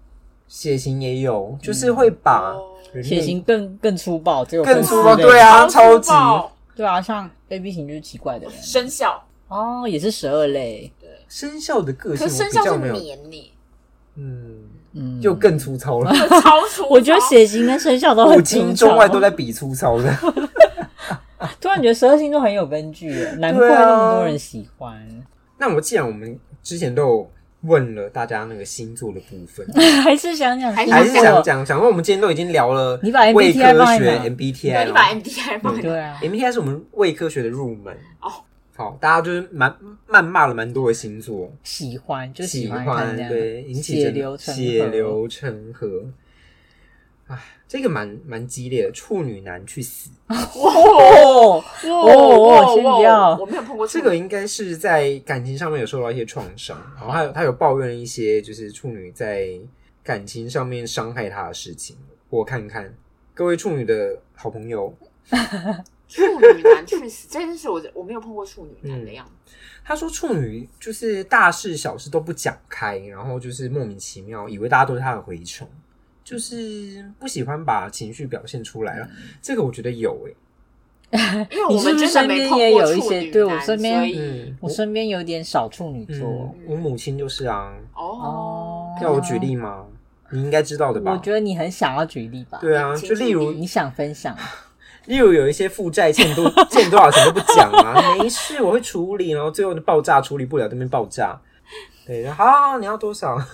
Speaker 1: 血型也有，就是会把
Speaker 2: 哦
Speaker 1: 人类
Speaker 3: 血型更嗯更粗暴，只有
Speaker 1: 更粗暴
Speaker 3: 分之类
Speaker 1: 对啊
Speaker 2: 超粗
Speaker 1: 超
Speaker 2: 暴
Speaker 3: 对啊，像 A B 型就是奇怪的人
Speaker 2: 生肖，
Speaker 3: 哦，也是十二类，
Speaker 2: 对，
Speaker 1: 生肖的个性，
Speaker 2: 可
Speaker 1: 我
Speaker 2: 是生
Speaker 1: 比
Speaker 2: 肖
Speaker 1: 较
Speaker 2: 是
Speaker 1: 没有，
Speaker 2: 年呢，
Speaker 1: 嗯，
Speaker 3: 嗯，
Speaker 1: 就更粗糙 了。
Speaker 2: 超粗暴。
Speaker 3: 我觉得 血型跟生肖都
Speaker 1: 古
Speaker 3: 很粗
Speaker 1: 今
Speaker 3: 糙
Speaker 1: 中外都在比粗糙的，
Speaker 3: 突然觉得十二星座很有根据耶，难怪
Speaker 1: 对啊
Speaker 3: 那么多人喜欢，
Speaker 1: 那我既然我们之前都有问了大家那个星座的部 分，
Speaker 3: 还是想讲星座
Speaker 1: 还是想讲想问，我们今天都已经聊了
Speaker 3: 你把 MBTI
Speaker 1: 伪科
Speaker 3: 放在
Speaker 1: 学
Speaker 3: 哪
Speaker 1: MBTI，
Speaker 2: 对你
Speaker 1: 了
Speaker 2: 把 MDI 放
Speaker 3: 对啊，
Speaker 1: MBTI 是我们伪科学的入门
Speaker 2: 哦。
Speaker 1: 好，大家就是蛮谩骂了蛮多的星座，
Speaker 3: 喜欢就
Speaker 1: 喜
Speaker 3: 欢看这样，
Speaker 1: 对引起
Speaker 3: 血
Speaker 1: 整
Speaker 3: 流成河
Speaker 1: 血流成河。哎，这个蛮蛮激烈的，处女男去死，
Speaker 3: 哦，
Speaker 2: 哇
Speaker 3: 哦
Speaker 2: 哇
Speaker 3: 先不
Speaker 2: 哇
Speaker 3: 要
Speaker 2: 我没有碰过
Speaker 1: 这个应该是在感情上面有受到一些创伤，然后他有他有抱怨一些就是处女在感情上面伤害他的事情。我看看各位处女的好朋友，
Speaker 2: 处女 男去死，这件事我我没有碰过处女男的样子。
Speaker 1: 他说处女就是大事小事都不讲开，然后就是莫名其妙，以为大家都是他的蛔虫，就是不喜欢把情绪表现出来了。这个我觉得有欸诶、
Speaker 2: 因为
Speaker 3: 嗯你
Speaker 2: 我
Speaker 3: 是
Speaker 2: 们真
Speaker 3: 不是
Speaker 2: 的
Speaker 3: 身
Speaker 2: 没
Speaker 3: 边
Speaker 2: 碰
Speaker 3: 也
Speaker 2: 过
Speaker 3: 有一
Speaker 2: 处
Speaker 3: 些？
Speaker 2: 女
Speaker 3: 对我
Speaker 2: 男，所
Speaker 3: 身边，
Speaker 2: 以
Speaker 1: 嗯，
Speaker 3: 我身边有点少处女座
Speaker 1: 嗯，，我母亲就是啊，
Speaker 2: 哦
Speaker 3: 哦，
Speaker 1: 要我举例吗？你应该知道的吧？
Speaker 3: 我觉得你很想要举例吧？
Speaker 1: 对啊，
Speaker 2: 请
Speaker 1: 就例如
Speaker 2: 举
Speaker 3: 你想 分享吗，
Speaker 1: 例如有一些负债欠 多欠多少钱都不讲啊，没事我会处理，然后最后就爆炸，处理不了这边爆炸。对，然后好好，好你要多少，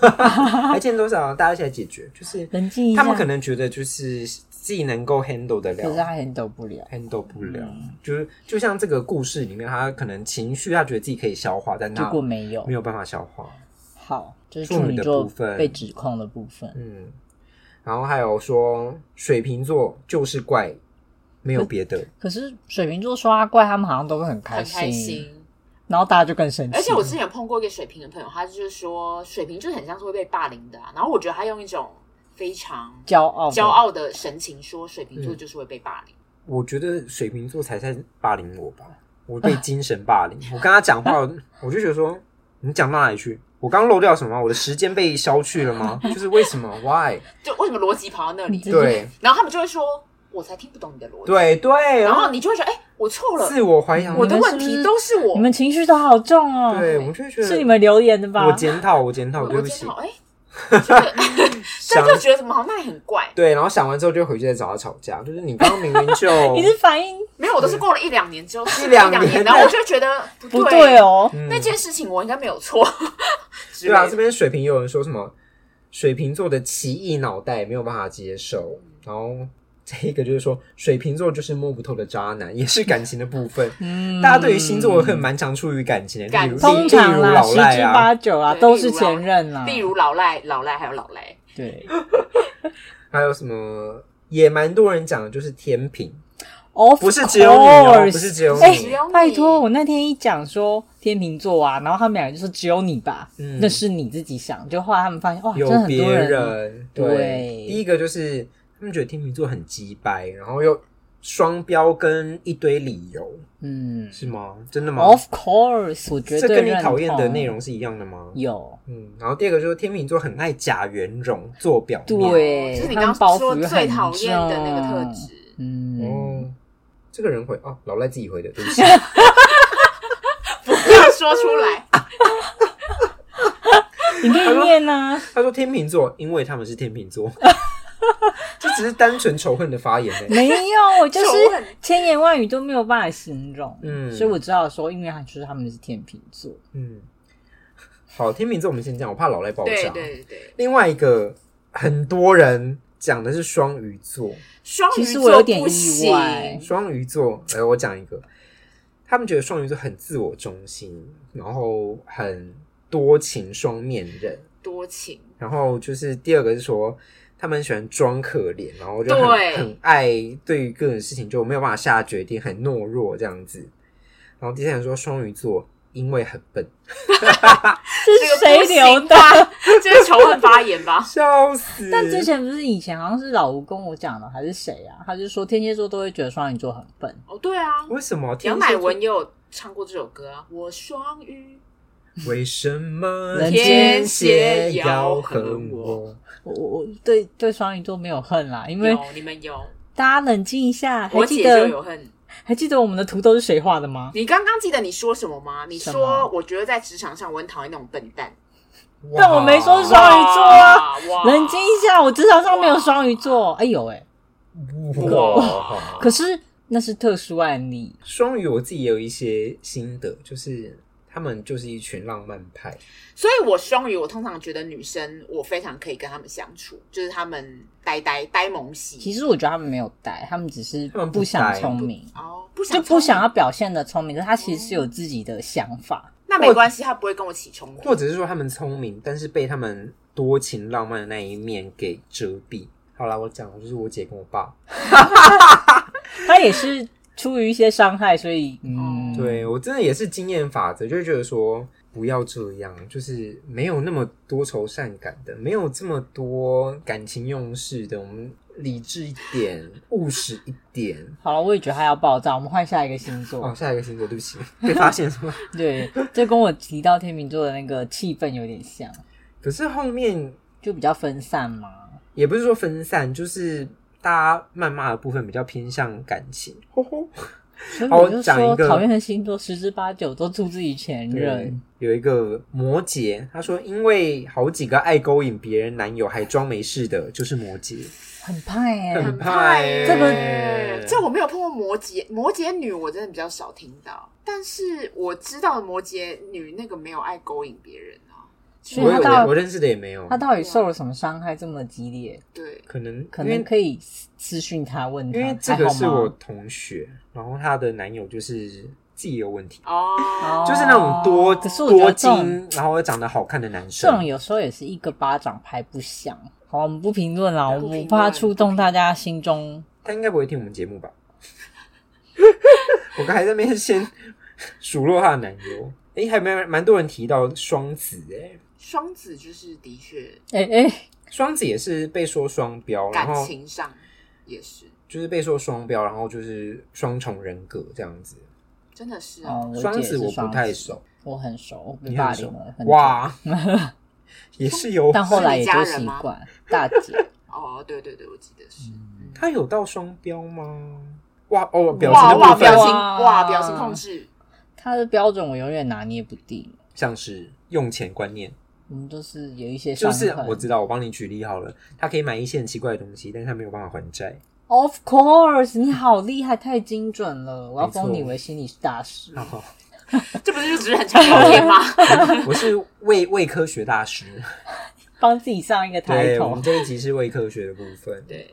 Speaker 1: 还欠多少，大家一起来解决。就是
Speaker 3: 冷静一下，
Speaker 1: 他们可能觉得就是自己能够 handle 得
Speaker 3: 可是他
Speaker 1: 了。
Speaker 3: 很抖不了，
Speaker 1: handle 不了，
Speaker 3: 嗯
Speaker 1: 就是就像这个故事里面，他可能情绪，他觉得自己可以消化，但
Speaker 3: 结
Speaker 1: 他
Speaker 3: 果没有
Speaker 1: 没。有办法消化。
Speaker 3: 好，就是
Speaker 1: 处
Speaker 3: 处
Speaker 1: 女
Speaker 3: 女
Speaker 1: 的
Speaker 3: 座
Speaker 1: 部分
Speaker 3: 被指控的部分，
Speaker 1: 嗯，然后还有说水瓶座就是怪，没
Speaker 3: 嗯
Speaker 1: 有别的。
Speaker 3: 可是水瓶座说他怪，他们好像都会很开
Speaker 2: 很
Speaker 3: 心，
Speaker 2: 开心。
Speaker 3: 然后大家就更生气。
Speaker 2: 而且我之前有碰过一个水瓶的朋友，他就是说水瓶就是很像是会被霸凌的啊、然后我觉得他用一种非常
Speaker 3: 骄傲，
Speaker 2: 骄，傲的神情说水瓶座
Speaker 1: 嗯
Speaker 2: 就是会被霸凌。
Speaker 1: 我觉得水瓶座才在霸凌我吧，我被精神霸凌。 我跟他讲话，我就觉得说，你讲到哪里去？我刚漏掉什么吗？我的时间被消去了吗？就是为什么？Why？
Speaker 2: 就为什么逻辑跑到那里？
Speaker 3: 你这
Speaker 1: 对
Speaker 2: 然后他们就会说，我才听不懂你的逻辑。
Speaker 1: 对对，
Speaker 2: 然后你就会说，哎、我错了，
Speaker 1: 自我怀疑，
Speaker 3: 你
Speaker 2: 我的
Speaker 3: 们
Speaker 2: 问
Speaker 3: 是不
Speaker 2: 题
Speaker 3: 是
Speaker 2: 都是我。
Speaker 3: 你们情绪都好重哦，
Speaker 1: 对，我就会觉得
Speaker 3: 是你们留言的吧？
Speaker 1: 我检讨，我检讨，
Speaker 2: 我
Speaker 1: 对
Speaker 2: 我
Speaker 1: 不
Speaker 2: 今
Speaker 1: 起
Speaker 2: 天，好哎，就是
Speaker 1: 想
Speaker 2: 但就觉得怎么好像那也很怪。
Speaker 1: 对，然后想完之后就回去再找他吵架，就是你刚刚明明就
Speaker 3: 你是反应
Speaker 2: 没有，我都是过了一两年之后，是
Speaker 1: 两
Speaker 2: 年，
Speaker 1: 年
Speaker 2: 然后我就觉得不
Speaker 3: 不对。哦，
Speaker 1: 嗯
Speaker 2: 那件事情我应该没有 错，之
Speaker 1: 对啊，
Speaker 2: 类
Speaker 1: 这
Speaker 2: 的。
Speaker 1: 边水瓶有人说什么水瓶座的奇异脑袋没有办法接受，然后这一个就是说水瓶座就是摸不透的渣男，也是感情的部分。
Speaker 3: 嗯，
Speaker 1: 大家对于星座很蛮常出于感情的，
Speaker 2: 感
Speaker 1: 例如
Speaker 3: 通
Speaker 1: 例
Speaker 3: 常
Speaker 1: 如
Speaker 3: 啦，
Speaker 1: 老
Speaker 3: 十
Speaker 1: 赖
Speaker 3: 之八
Speaker 1: 啊，
Speaker 3: 九啊
Speaker 2: 对
Speaker 3: 都是前任啦，
Speaker 2: 例如老赖、老赖还有老赖，
Speaker 3: 对，
Speaker 1: 还有什么也蛮多人讲的就是天平，
Speaker 3: 哦，
Speaker 1: 不是只有你哦，不是只有
Speaker 3: 哎
Speaker 1: 你
Speaker 2: 只，有你
Speaker 3: 拜托，我那天一讲说天秤座啊，然后他们两个就说只有你吧，
Speaker 1: 嗯
Speaker 3: 那是你自己想。就后来他们发现，哇，哦真
Speaker 1: 有
Speaker 3: 的很
Speaker 1: 别
Speaker 3: 多
Speaker 1: 人。对
Speaker 3: 对，
Speaker 1: 第一个就是他们觉得天秤座很鸡掰，然后又双标跟一堆理由，
Speaker 3: 嗯
Speaker 1: 是吗？真的吗？
Speaker 3: ，Of course，我哦绝
Speaker 1: 这
Speaker 3: 对
Speaker 1: 跟你
Speaker 3: 认
Speaker 1: 讨厌的
Speaker 3: 同
Speaker 1: 内容是一样的吗？
Speaker 3: 有
Speaker 1: 嗯，然后第二个就是天秤座很爱假圆融做表面，
Speaker 3: 对，
Speaker 2: 哦就是你
Speaker 3: 他
Speaker 2: 刚
Speaker 3: 们包
Speaker 2: 刚
Speaker 3: 袱
Speaker 2: 说
Speaker 3: 又
Speaker 2: 最
Speaker 3: 很
Speaker 2: 讨厌的那个特
Speaker 3: 重，
Speaker 2: 质。
Speaker 3: 嗯，
Speaker 1: 哦哦，这个人回哦，老赖自己回的，对不起，
Speaker 2: 出来。
Speaker 3: 你可以 念啊，
Speaker 1: 他说天秤座，因为他们是天秤座， 这只是单纯仇恨的发言 欸
Speaker 3: 没有，我 就是
Speaker 2: 仇恨
Speaker 3: 千言万语都没有办法形容，
Speaker 1: 嗯
Speaker 3: 所以我知道说，因为他就是他们是天秤座，
Speaker 1: 嗯，好，天秤座我们先讲，我怕老赖爆
Speaker 2: 对
Speaker 1: 炸。
Speaker 2: 对对对，
Speaker 1: 另外一个很多人讲的是双鱼座，
Speaker 2: 双鱼
Speaker 3: 其实
Speaker 2: 座
Speaker 3: 我有点
Speaker 2: 不
Speaker 3: 意外
Speaker 2: 行
Speaker 1: 双鱼座，哎，我讲一个，他们觉得双鱼座很自我中心，然后很多情双面人，
Speaker 2: 多情，
Speaker 1: 然后就是第二个是说。他们喜欢装可怜，然后就很
Speaker 2: 对
Speaker 1: 很爱对于各种事情就没有办法下决定，很懦弱这样子。然后第三个说双鱼座因为很笨，
Speaker 2: 这
Speaker 3: 是
Speaker 2: 个
Speaker 3: 谁
Speaker 2: 不
Speaker 3: 留
Speaker 2: 行
Speaker 3: 的？
Speaker 2: 吧？这是仇恨发言吧？
Speaker 1: 笑死！
Speaker 3: 但之前不是以前好像是老吴跟我讲的，还是谁啊？他就说天蝎座都会觉得双鱼座很笨，
Speaker 2: 哦，对啊，
Speaker 1: 为什么
Speaker 2: 杨
Speaker 1: 天蝎
Speaker 2: 乃
Speaker 1: 座
Speaker 2: 文也有唱过这首歌啊，《我双鱼
Speaker 1: 为什么
Speaker 3: 人
Speaker 1: 天蝎要恨我？
Speaker 3: 我我我对对双鱼座没有恨啦，因》为
Speaker 2: 有，你们有，
Speaker 3: 大家冷静一下，还
Speaker 2: 我
Speaker 3: 记
Speaker 2: 姐就有
Speaker 3: 得
Speaker 2: 恨。
Speaker 3: 还记得我们的图都是谁画的吗？
Speaker 2: 你刚刚记得你说什么吗？你
Speaker 3: 什
Speaker 2: 说
Speaker 3: 么
Speaker 2: 我觉得在职场上我很讨厌那种笨蛋，
Speaker 1: 哇
Speaker 3: 但我没说双鱼座啊，
Speaker 2: 哇，
Speaker 3: 冷静一下，我职场上没有双鱼座，哎呦哎，
Speaker 1: 哇
Speaker 3: 可是那是特殊案例，
Speaker 1: 双鱼我自己也有一些心得，就是他们就是一群浪漫派，
Speaker 2: 所以我双鱼，我通常觉得女生我非常可以跟她们相处，就是她们呆呆呆萌
Speaker 3: 其
Speaker 2: 系
Speaker 3: 实我觉得他们没有带，他们只是
Speaker 1: 他们不
Speaker 3: 不想
Speaker 1: 呆
Speaker 3: 聪明，
Speaker 2: 哦，不想
Speaker 3: 就不想要
Speaker 2: 要，
Speaker 3: 表现的聪明，可是他其实是有自己的想法。
Speaker 2: 那没关系，她不会跟我起冲突。
Speaker 1: 或者是说他们聪明，但是被他们多情浪漫的那一面给遮蔽。好啦，我讲就是我姐跟我爸，
Speaker 3: 他也是出于一些伤害，所以嗯，
Speaker 2: 哦
Speaker 1: 对我真的也是经验法则，就会觉得说不要这样，就是没有那么多愁善感的，没有这么多感情用事的，我们理智一点，务实一点。
Speaker 3: 好了，我也觉得他要爆炸，我们换下一个星
Speaker 1: 哦，
Speaker 3: 座。
Speaker 1: 下一个星座，对不起，被发现是吗？
Speaker 3: 对，这跟我提到天秤座的那个气氛有点像，
Speaker 1: 可是后面
Speaker 3: 就比较分散嘛。
Speaker 1: 也不是说分散，就是大家谩骂的部分比较偏向感情。吼吼，
Speaker 3: 所以
Speaker 1: 好
Speaker 3: 我就
Speaker 1: 我讲一
Speaker 3: 说，
Speaker 1: 个
Speaker 3: 讨厌的星座十之八九都出自于前任。
Speaker 1: 有一个摩羯，他说因为好几个爱勾引别人男友还装没事的，就是摩羯。
Speaker 3: 很派哎、
Speaker 1: 很
Speaker 2: 派
Speaker 1: 派
Speaker 2: 耶
Speaker 1: 耶
Speaker 3: 这
Speaker 1: 个
Speaker 2: 这我没有碰过摩羯，摩羯女我真的比较少听到，但是我知道的摩羯女那个没有爱勾引别人啊，
Speaker 3: 所以
Speaker 1: 我
Speaker 3: 他
Speaker 1: 有
Speaker 3: 到
Speaker 1: 我认识的也没有
Speaker 3: 他。到底受了什么伤害这么激烈？
Speaker 2: 对，
Speaker 1: 可能
Speaker 3: 可
Speaker 1: 因
Speaker 3: 能
Speaker 1: 为
Speaker 3: 可以私私讯他问他，
Speaker 1: 因为这个是
Speaker 3: 还好
Speaker 1: 我
Speaker 3: 吗
Speaker 1: 同学，然后她的男友就是自己有问题，
Speaker 2: 哦，
Speaker 1: 就是那种多
Speaker 3: 可是我觉
Speaker 1: 多
Speaker 3: 得这种
Speaker 1: 金，然后又长得好看的男
Speaker 3: 这种
Speaker 1: 生。
Speaker 3: 有时候也是一个巴掌拍不响。好，我们不评论啦，
Speaker 2: 对
Speaker 3: 我
Speaker 2: 不
Speaker 3: 们
Speaker 2: 评论
Speaker 3: 不怕触动大家心中。
Speaker 1: 他应该不会听我们节 目吧？我刚才在那边先数落她的男友。诶、还蛮蛮多人提到双子、诶，
Speaker 2: 双子就是的确
Speaker 3: 哎、哎、
Speaker 1: 双子也是被说双标，然
Speaker 2: 感
Speaker 1: 后
Speaker 2: 情上也是，
Speaker 1: 就是被说双标，然后就是双重人格这样子。
Speaker 2: 真的是啊
Speaker 3: 哦，，
Speaker 1: 嗯
Speaker 3: 我
Speaker 1: 双
Speaker 3: 姐
Speaker 1: 子
Speaker 3: 是
Speaker 1: 我
Speaker 3: 双
Speaker 1: 不太熟，
Speaker 3: 我很熟，我被
Speaker 1: 你
Speaker 3: 霸
Speaker 1: 很
Speaker 3: 凌
Speaker 1: 熟
Speaker 3: 了很久，
Speaker 1: 哇， 也是有。
Speaker 3: 但后来也就习
Speaker 2: 是你家
Speaker 3: 惯。大姐，
Speaker 2: 哦，对对对，我记得是。嗯
Speaker 1: 他有到双标吗？哇哦，表情
Speaker 2: 哇
Speaker 1: 的
Speaker 2: 哇，
Speaker 1: 部
Speaker 2: 表
Speaker 1: 分
Speaker 2: 情
Speaker 3: 哇
Speaker 2: 哇，表情控制，
Speaker 3: 她的标准我永远拿捏不定。
Speaker 1: 像是用钱观念，
Speaker 3: 我们都是有一些伤
Speaker 1: 就
Speaker 3: 痕
Speaker 1: 是我知道，我帮你举例好了。他可以买一些很奇怪的东西，但是他没有办法还 债。
Speaker 3: ，Of course，你好厉害，太精准了，我要
Speaker 1: 没错
Speaker 3: 封你为心理大师。
Speaker 1: 然后
Speaker 2: 这不是就只是很常聊天吗？
Speaker 1: 我是为为科学大师，
Speaker 3: 帮自己上一个抬
Speaker 1: 对我
Speaker 3: 头
Speaker 1: 们。这一集是为科学的部分。，
Speaker 2: 对，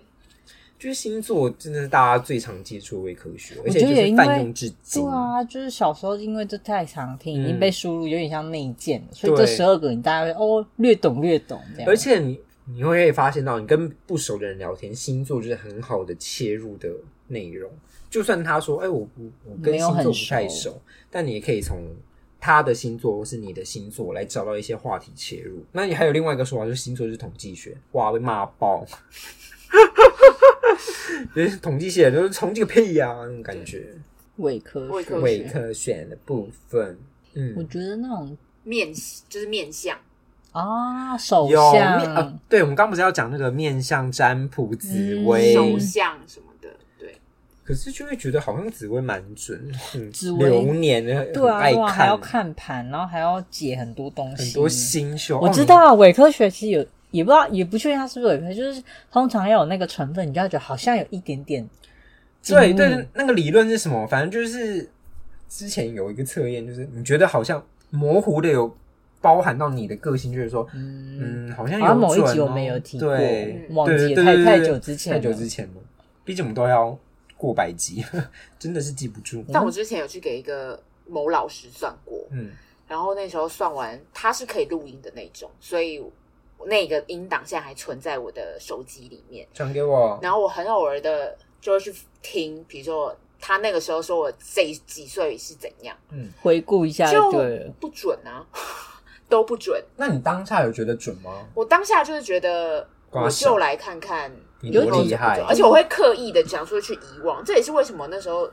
Speaker 1: 就是星座真的是大家最常接触的为科学，而且就
Speaker 3: 觉得也
Speaker 1: 是
Speaker 3: 因
Speaker 1: 泛
Speaker 3: 为
Speaker 1: 用至今
Speaker 3: 对。啊，就是小时候因为这太常听，已经
Speaker 1: 嗯
Speaker 3: 被输入，有点像内建了，所以这
Speaker 1: 对
Speaker 3: 十二个你大概会哦略懂略懂这样。
Speaker 1: 而且你你会发现到，你跟不熟的人聊天，星座就是很好的切入的内容。就算他说：“哎、我我我跟
Speaker 3: 没有
Speaker 1: 星
Speaker 3: 很
Speaker 1: 座不太
Speaker 3: 熟
Speaker 1: 熟”，但你也可以从他的星座或是你的星座来找到一些话题切入。那你还有另外一个说法，就是星座就是统计学，哇，被骂爆。 就是统计学，就是统计个屁呀、那种感觉。
Speaker 3: 伪科
Speaker 2: 伪科
Speaker 3: 学，
Speaker 2: 对
Speaker 1: 伪科学的部分，嗯，
Speaker 3: 我觉得那种
Speaker 2: 面就是面相，
Speaker 3: 啊手
Speaker 1: 有面
Speaker 3: 相
Speaker 1: 呃，对，我们刚不是要讲那个面相占卜、紫
Speaker 3: 嗯
Speaker 1: 薇、
Speaker 2: 手相什么的，对，
Speaker 1: 可是就会觉得好像紫薇蛮准，很
Speaker 3: 紫薇
Speaker 1: 流年的，
Speaker 3: 对
Speaker 1: 很
Speaker 3: 啊，
Speaker 1: 爱
Speaker 3: 对啊，还要
Speaker 1: 看
Speaker 3: 看盘，然后还要解很多东西，
Speaker 1: 很多新秀。
Speaker 3: 我
Speaker 1: 哦
Speaker 3: 知，道啊伪科学其实有，也不知道也不确定它是不是伪科，就是通常要有那个成分，你就要觉得好像有一点点
Speaker 1: 你对
Speaker 3: 嗯
Speaker 1: 对，那个理论是什么？反正就是之前有一个测验，就是你觉得好像模糊的有包含到你的个性，就是说，
Speaker 3: 嗯。
Speaker 1: 嗯，好像
Speaker 3: 好像
Speaker 1: 有
Speaker 3: 某一
Speaker 1: 准
Speaker 3: 集我
Speaker 1: 哦
Speaker 3: 们有提过，
Speaker 1: 对，
Speaker 3: 忘
Speaker 1: 对
Speaker 3: 记
Speaker 1: 对
Speaker 3: 了太
Speaker 1: 对
Speaker 3: 太
Speaker 1: 对
Speaker 3: 久之前
Speaker 1: 太
Speaker 3: 了，
Speaker 1: 久之前了，毕竟我们都要过百集， 真的是记不
Speaker 3: 嗯
Speaker 1: 住。
Speaker 2: 但我之前有去给一个某老师算过，
Speaker 1: 嗯，
Speaker 2: 然后那时候算完，它是可以录音的那种，所以那个音档现在还存在我的手机里面。
Speaker 1: 传给我，
Speaker 2: 然后我很偶尔的就会去听，比如说他那个时候说我这几岁是怎样，
Speaker 3: 回顾一下
Speaker 2: 就
Speaker 3: 对了，
Speaker 2: 不准啊， 都不准。
Speaker 1: 那你当下有觉得准吗？
Speaker 2: 我当下就是觉得，
Speaker 1: 瓜
Speaker 2: 我
Speaker 1: 小
Speaker 2: 就来看看
Speaker 1: 你
Speaker 3: 有
Speaker 1: 多
Speaker 3: 几
Speaker 1: 厉害？
Speaker 2: 而且我会刻意的讲出去遗忘，这也是为什么那时候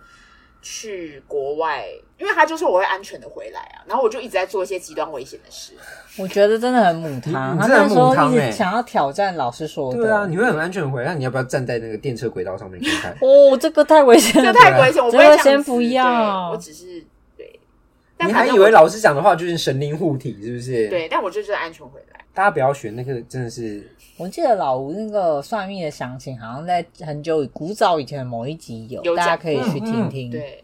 Speaker 2: 去国外，因为他就说我会安全的回来啊，然后我就一直在做一些极端危险 的事，
Speaker 3: 我觉得真的很母汤。
Speaker 1: 你
Speaker 3: 他
Speaker 1: 真的
Speaker 3: 那
Speaker 1: 很
Speaker 3: 时候
Speaker 1: 母汤
Speaker 3: 一
Speaker 1: 欸
Speaker 3: 直想要挑战老师说的，？
Speaker 1: 对啊，你会很安全回来。那你要不要站在那个电车轨道上面看看
Speaker 3: 哦，这个太危险
Speaker 2: 这
Speaker 3: 了，
Speaker 2: 太危险，我不会这样子
Speaker 3: 真的先不要
Speaker 2: 对我只是对， 但
Speaker 1: 你
Speaker 2: 反
Speaker 1: 还
Speaker 2: 正
Speaker 1: 以
Speaker 2: 我
Speaker 1: 为老师讲的话就是神灵护体， 是不是？，
Speaker 2: 对，但我就是安全回来。
Speaker 1: 大家不要学那个，真的是
Speaker 3: 我记得老吴那个算命的详情，好像在很久以古早以前的某一集有，
Speaker 2: 有讲
Speaker 3: 大家
Speaker 2: 嗯
Speaker 3: 可以去听
Speaker 1: 嗯
Speaker 3: 听，，
Speaker 2: 对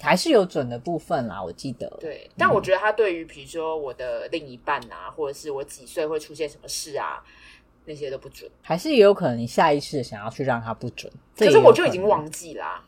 Speaker 3: 还是有准的部分啦，我记得。
Speaker 2: 对，
Speaker 1: 嗯
Speaker 2: 但我觉得他对于比如说我的另一半啊，或者是我几岁会出现什么事啊，那些都不准。
Speaker 3: 还是也有可能你下意识地想要去让它不准，这
Speaker 2: 可
Speaker 3: 也
Speaker 2: 是我
Speaker 3: 有
Speaker 2: 就已经
Speaker 3: 能
Speaker 2: 忘记啦、
Speaker 3: 哦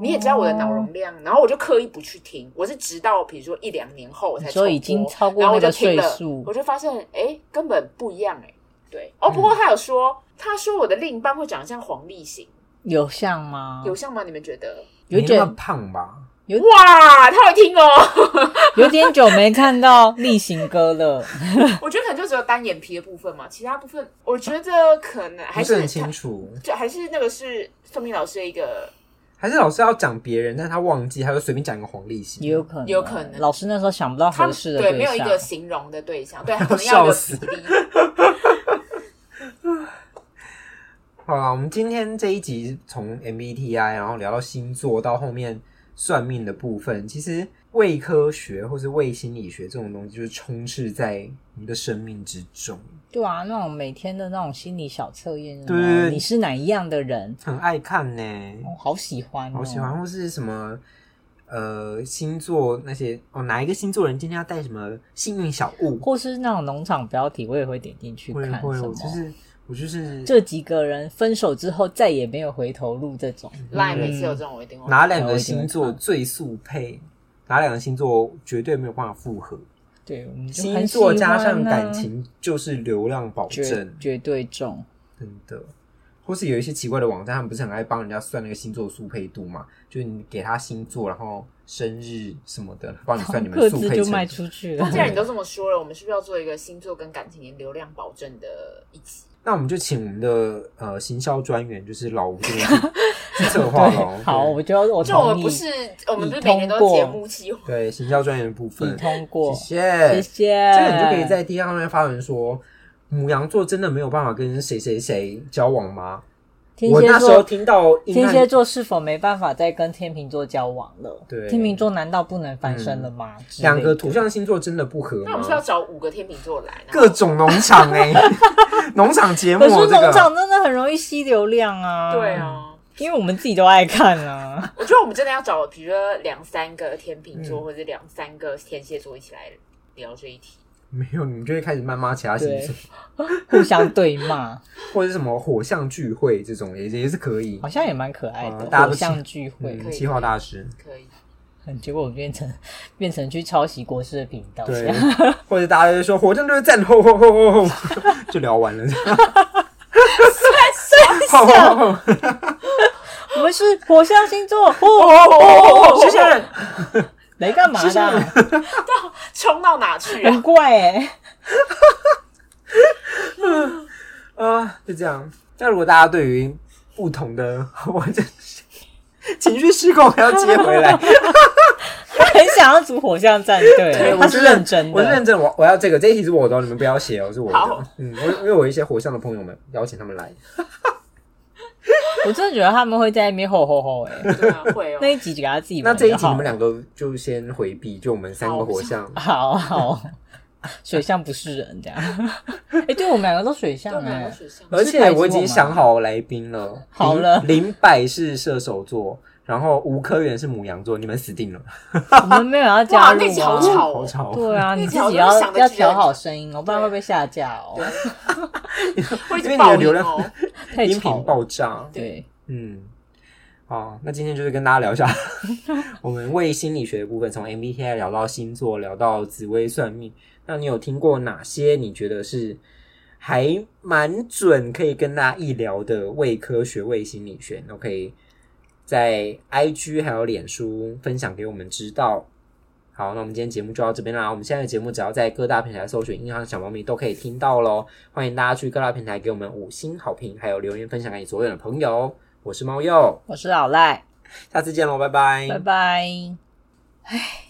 Speaker 2: 你也知道我的脑容量，然后我就刻意不去听，我是直到比如说一两年后我才
Speaker 3: 你
Speaker 2: 重
Speaker 3: 说
Speaker 2: 播
Speaker 3: 已经超过
Speaker 2: 然后
Speaker 3: 那
Speaker 2: 我
Speaker 3: 个
Speaker 2: 就听
Speaker 3: 岁
Speaker 2: 了，
Speaker 3: 数嗯
Speaker 2: 我就发现哎根本不一样哎、对哦，不过他有说，他说我的另一半会长得像黄立行，
Speaker 3: 有像吗？
Speaker 2: 有像吗？你们觉得？
Speaker 3: 有
Speaker 1: 没那么
Speaker 3: 点
Speaker 1: 胖吧？
Speaker 2: 哇，他会听哦，
Speaker 3: 有点久没看到例行歌了，
Speaker 2: 我觉得可能就只有单眼皮的部分嘛，其他部分我觉得可能还
Speaker 1: 不
Speaker 2: 是
Speaker 1: 是很清楚，
Speaker 2: 就还是那个是宋明老师的一个，
Speaker 1: 还是老师要讲别人，但是他忘记，他就随便讲一个黄立行，
Speaker 3: 也有可能，
Speaker 2: 有可能
Speaker 3: 老师那时候想不到
Speaker 2: 他
Speaker 3: 合适的
Speaker 2: 对没有一
Speaker 3: 象
Speaker 2: 个，形容的对 象，对他可能要有
Speaker 1: 笑
Speaker 2: 个
Speaker 1: 死
Speaker 2: 比例。
Speaker 1: 好了，我们今天这一集从 MBTI，然后聊到星座，到后面算命的部分，其实伪科学或是伪心理学这种东西，就是充斥在你的生命之中，
Speaker 3: 对啊，那种每天的那种心理小测验，啊
Speaker 1: 对对对
Speaker 3: 你是哪一样的人？
Speaker 1: 很爱看呢、
Speaker 3: 我、好喜欢、哦，
Speaker 1: 好喜欢，或是什么呃星座那些哦，哪一个星座人今天要带什么幸运小物？
Speaker 3: 或是那种农场标题，我也会点进去
Speaker 1: 会
Speaker 3: 看
Speaker 1: 会，
Speaker 3: 什
Speaker 1: 我
Speaker 3: 么。
Speaker 1: 就是我就是
Speaker 3: 这几个人分手之后再也没有回头路，这种
Speaker 2: 赖每次有
Speaker 3: 嗯
Speaker 2: 这种我一定会
Speaker 1: 哪两个星座最速配，哪两个星座绝对没有办法复合。
Speaker 3: 对，我们就
Speaker 1: 星
Speaker 3: 很
Speaker 1: 座
Speaker 3: 喜
Speaker 1: 加
Speaker 3: 欢
Speaker 1: 上
Speaker 3: 啊
Speaker 1: 感情就是流量保
Speaker 3: 绝
Speaker 1: 证，
Speaker 3: 绝对中。
Speaker 1: 真的。或是有一些奇怪的网站，他们不是很爱帮人家算那个星座速配度嘛？就是你给他星座，然后生日什么的，帮你算你们
Speaker 3: 各
Speaker 1: 速
Speaker 3: 自
Speaker 1: 配
Speaker 3: 就
Speaker 1: 程
Speaker 3: 卖
Speaker 1: 度
Speaker 3: 出去 了
Speaker 2: 既。然你都这么说了，我们是不是要做一个星座跟感情流量保证的一集？
Speaker 1: 那我们就请我们的呃行销专员，就是老吴这边 去去策划喽。
Speaker 3: 好，我就我
Speaker 2: 就我
Speaker 3: 同
Speaker 2: 们
Speaker 3: 意，
Speaker 2: 不是我们不是
Speaker 3: 已
Speaker 2: 每年都
Speaker 3: 通过
Speaker 2: 节目期
Speaker 1: 对对行销专员的部
Speaker 3: 已
Speaker 1: 分，
Speaker 3: 通过，
Speaker 1: 谢
Speaker 3: 谢
Speaker 1: 谢。
Speaker 3: 谢。
Speaker 1: 这个你就可以在 D 上面发文说，母羊座真的没有办法跟谁谁谁交往吗？
Speaker 3: 天
Speaker 1: 我那
Speaker 3: 蝎
Speaker 1: 时候
Speaker 3: 座，
Speaker 1: 听到阴
Speaker 3: 天
Speaker 1: 暗
Speaker 3: 蝎座是否没办法再跟天秤座交往了？
Speaker 1: 对嗯
Speaker 3: 天秤座难道不能翻身了吗？之类的
Speaker 1: 两个土象星座真的不合
Speaker 2: 那我们是要
Speaker 1: 吗？
Speaker 2: 找五个天秤座来，然后
Speaker 1: 各种农场 哎、农场节目
Speaker 3: 可是
Speaker 1: 这
Speaker 3: 农
Speaker 1: 个
Speaker 3: 场真的很容易吸流量啊！
Speaker 2: 对，啊。
Speaker 3: 因为我们自己都爱看 啊。
Speaker 2: 我觉得我们真的要找，比如说两三个天
Speaker 1: 嗯
Speaker 2: 秤座，或者两三个天蝎座一起来聊这一题。
Speaker 1: 没有，你们就会开始谩骂其他星座
Speaker 3: 对，互相对骂，
Speaker 1: 或者是什么火象聚会这种也也是可以
Speaker 3: 好。像也蛮可爱
Speaker 1: 啊
Speaker 3: 的，
Speaker 1: 大家都
Speaker 3: 偶像聚会。
Speaker 1: 嗯，气化大师
Speaker 2: 可以，
Speaker 3: 嗯结果我变成变成去抄袭国师的频道，这
Speaker 1: 对
Speaker 3: 样，
Speaker 1: 或者大家就说火象就是赞，吼吼吼吼 吼，就聊完了。吼吼吼吼！
Speaker 3: 我们是火象星座，哦，
Speaker 1: 哦，谢谢。
Speaker 3: 来干嘛的？
Speaker 2: 冲到哪去
Speaker 3: 很
Speaker 2: 啊？
Speaker 3: 怪哎、
Speaker 1: 啊，就这样。那如果大家对于不同的，我真是情绪失控，还要接回 来。
Speaker 3: 很想要组火象战队，
Speaker 1: 我
Speaker 3: 他是
Speaker 1: 是
Speaker 3: 认真
Speaker 1: 我是认
Speaker 3: 的。
Speaker 1: 真，我我要这个，这一题是我的哦，你们不要写哦，是我
Speaker 2: 好
Speaker 1: 的。嗯，我因为我有一些火象的朋友们邀请他们来，
Speaker 3: 我真的觉得他们会在那边吼吼吼哎、
Speaker 2: 对啊，会哦
Speaker 3: 那。一集给他自己
Speaker 1: 那
Speaker 3: 玩
Speaker 1: 这一
Speaker 3: 就
Speaker 1: 集
Speaker 3: 好
Speaker 1: 你们两个就先回避，就我们三个火象。
Speaker 3: 好好，水象不是人这样。哎、对我们两个都水象
Speaker 2: 就
Speaker 3: 哎、
Speaker 2: 哪个水象？
Speaker 1: 而且我已经想好来宾了，
Speaker 3: 好了
Speaker 1: 林林柏是射手座，然后吴科员是母羊座，你们死定了，
Speaker 3: 我们没有要加
Speaker 2: 哇，
Speaker 3: 入
Speaker 2: 那集好
Speaker 3: 啊。
Speaker 2: 吵
Speaker 1: 好
Speaker 2: 哦。
Speaker 1: 吵。
Speaker 3: 对
Speaker 2: 那
Speaker 3: 啊，你
Speaker 2: 一
Speaker 3: 自
Speaker 2: 集好
Speaker 3: 己
Speaker 2: 像
Speaker 3: 要
Speaker 2: 想得
Speaker 3: 要
Speaker 2: 起
Speaker 3: 调
Speaker 2: 来
Speaker 3: 好声音哦，不然会不会下架哦
Speaker 2: 对？会
Speaker 1: 因为
Speaker 2: 一直
Speaker 1: 你
Speaker 2: 爆
Speaker 1: 的
Speaker 2: 音
Speaker 1: 流量
Speaker 2: 哦。
Speaker 3: 太
Speaker 1: 音
Speaker 3: 吵
Speaker 1: 频
Speaker 3: 了
Speaker 1: 爆炸。
Speaker 3: 对，
Speaker 1: 嗯，好，那今天就是跟大家聊一下 我们为心理学的部分，从 MBTI 聊到星座，聊到紫微算命。那你有听过哪些你觉得是还蛮准，可以跟大家一聊的伪科学、伪心理学？都可以在 IG 还有脸书分享给我们知道。好，那我们今天节目就到这边啦。我们现在的节目只要在各大平台搜寻“银行小猫咪”都可以听到喽。欢迎大家去各大平台给我们五星好评，还有留言分享给你所有的朋友。我是猫鼬，
Speaker 3: 我是老赖，
Speaker 1: 下次见喽，拜拜，
Speaker 3: 拜拜。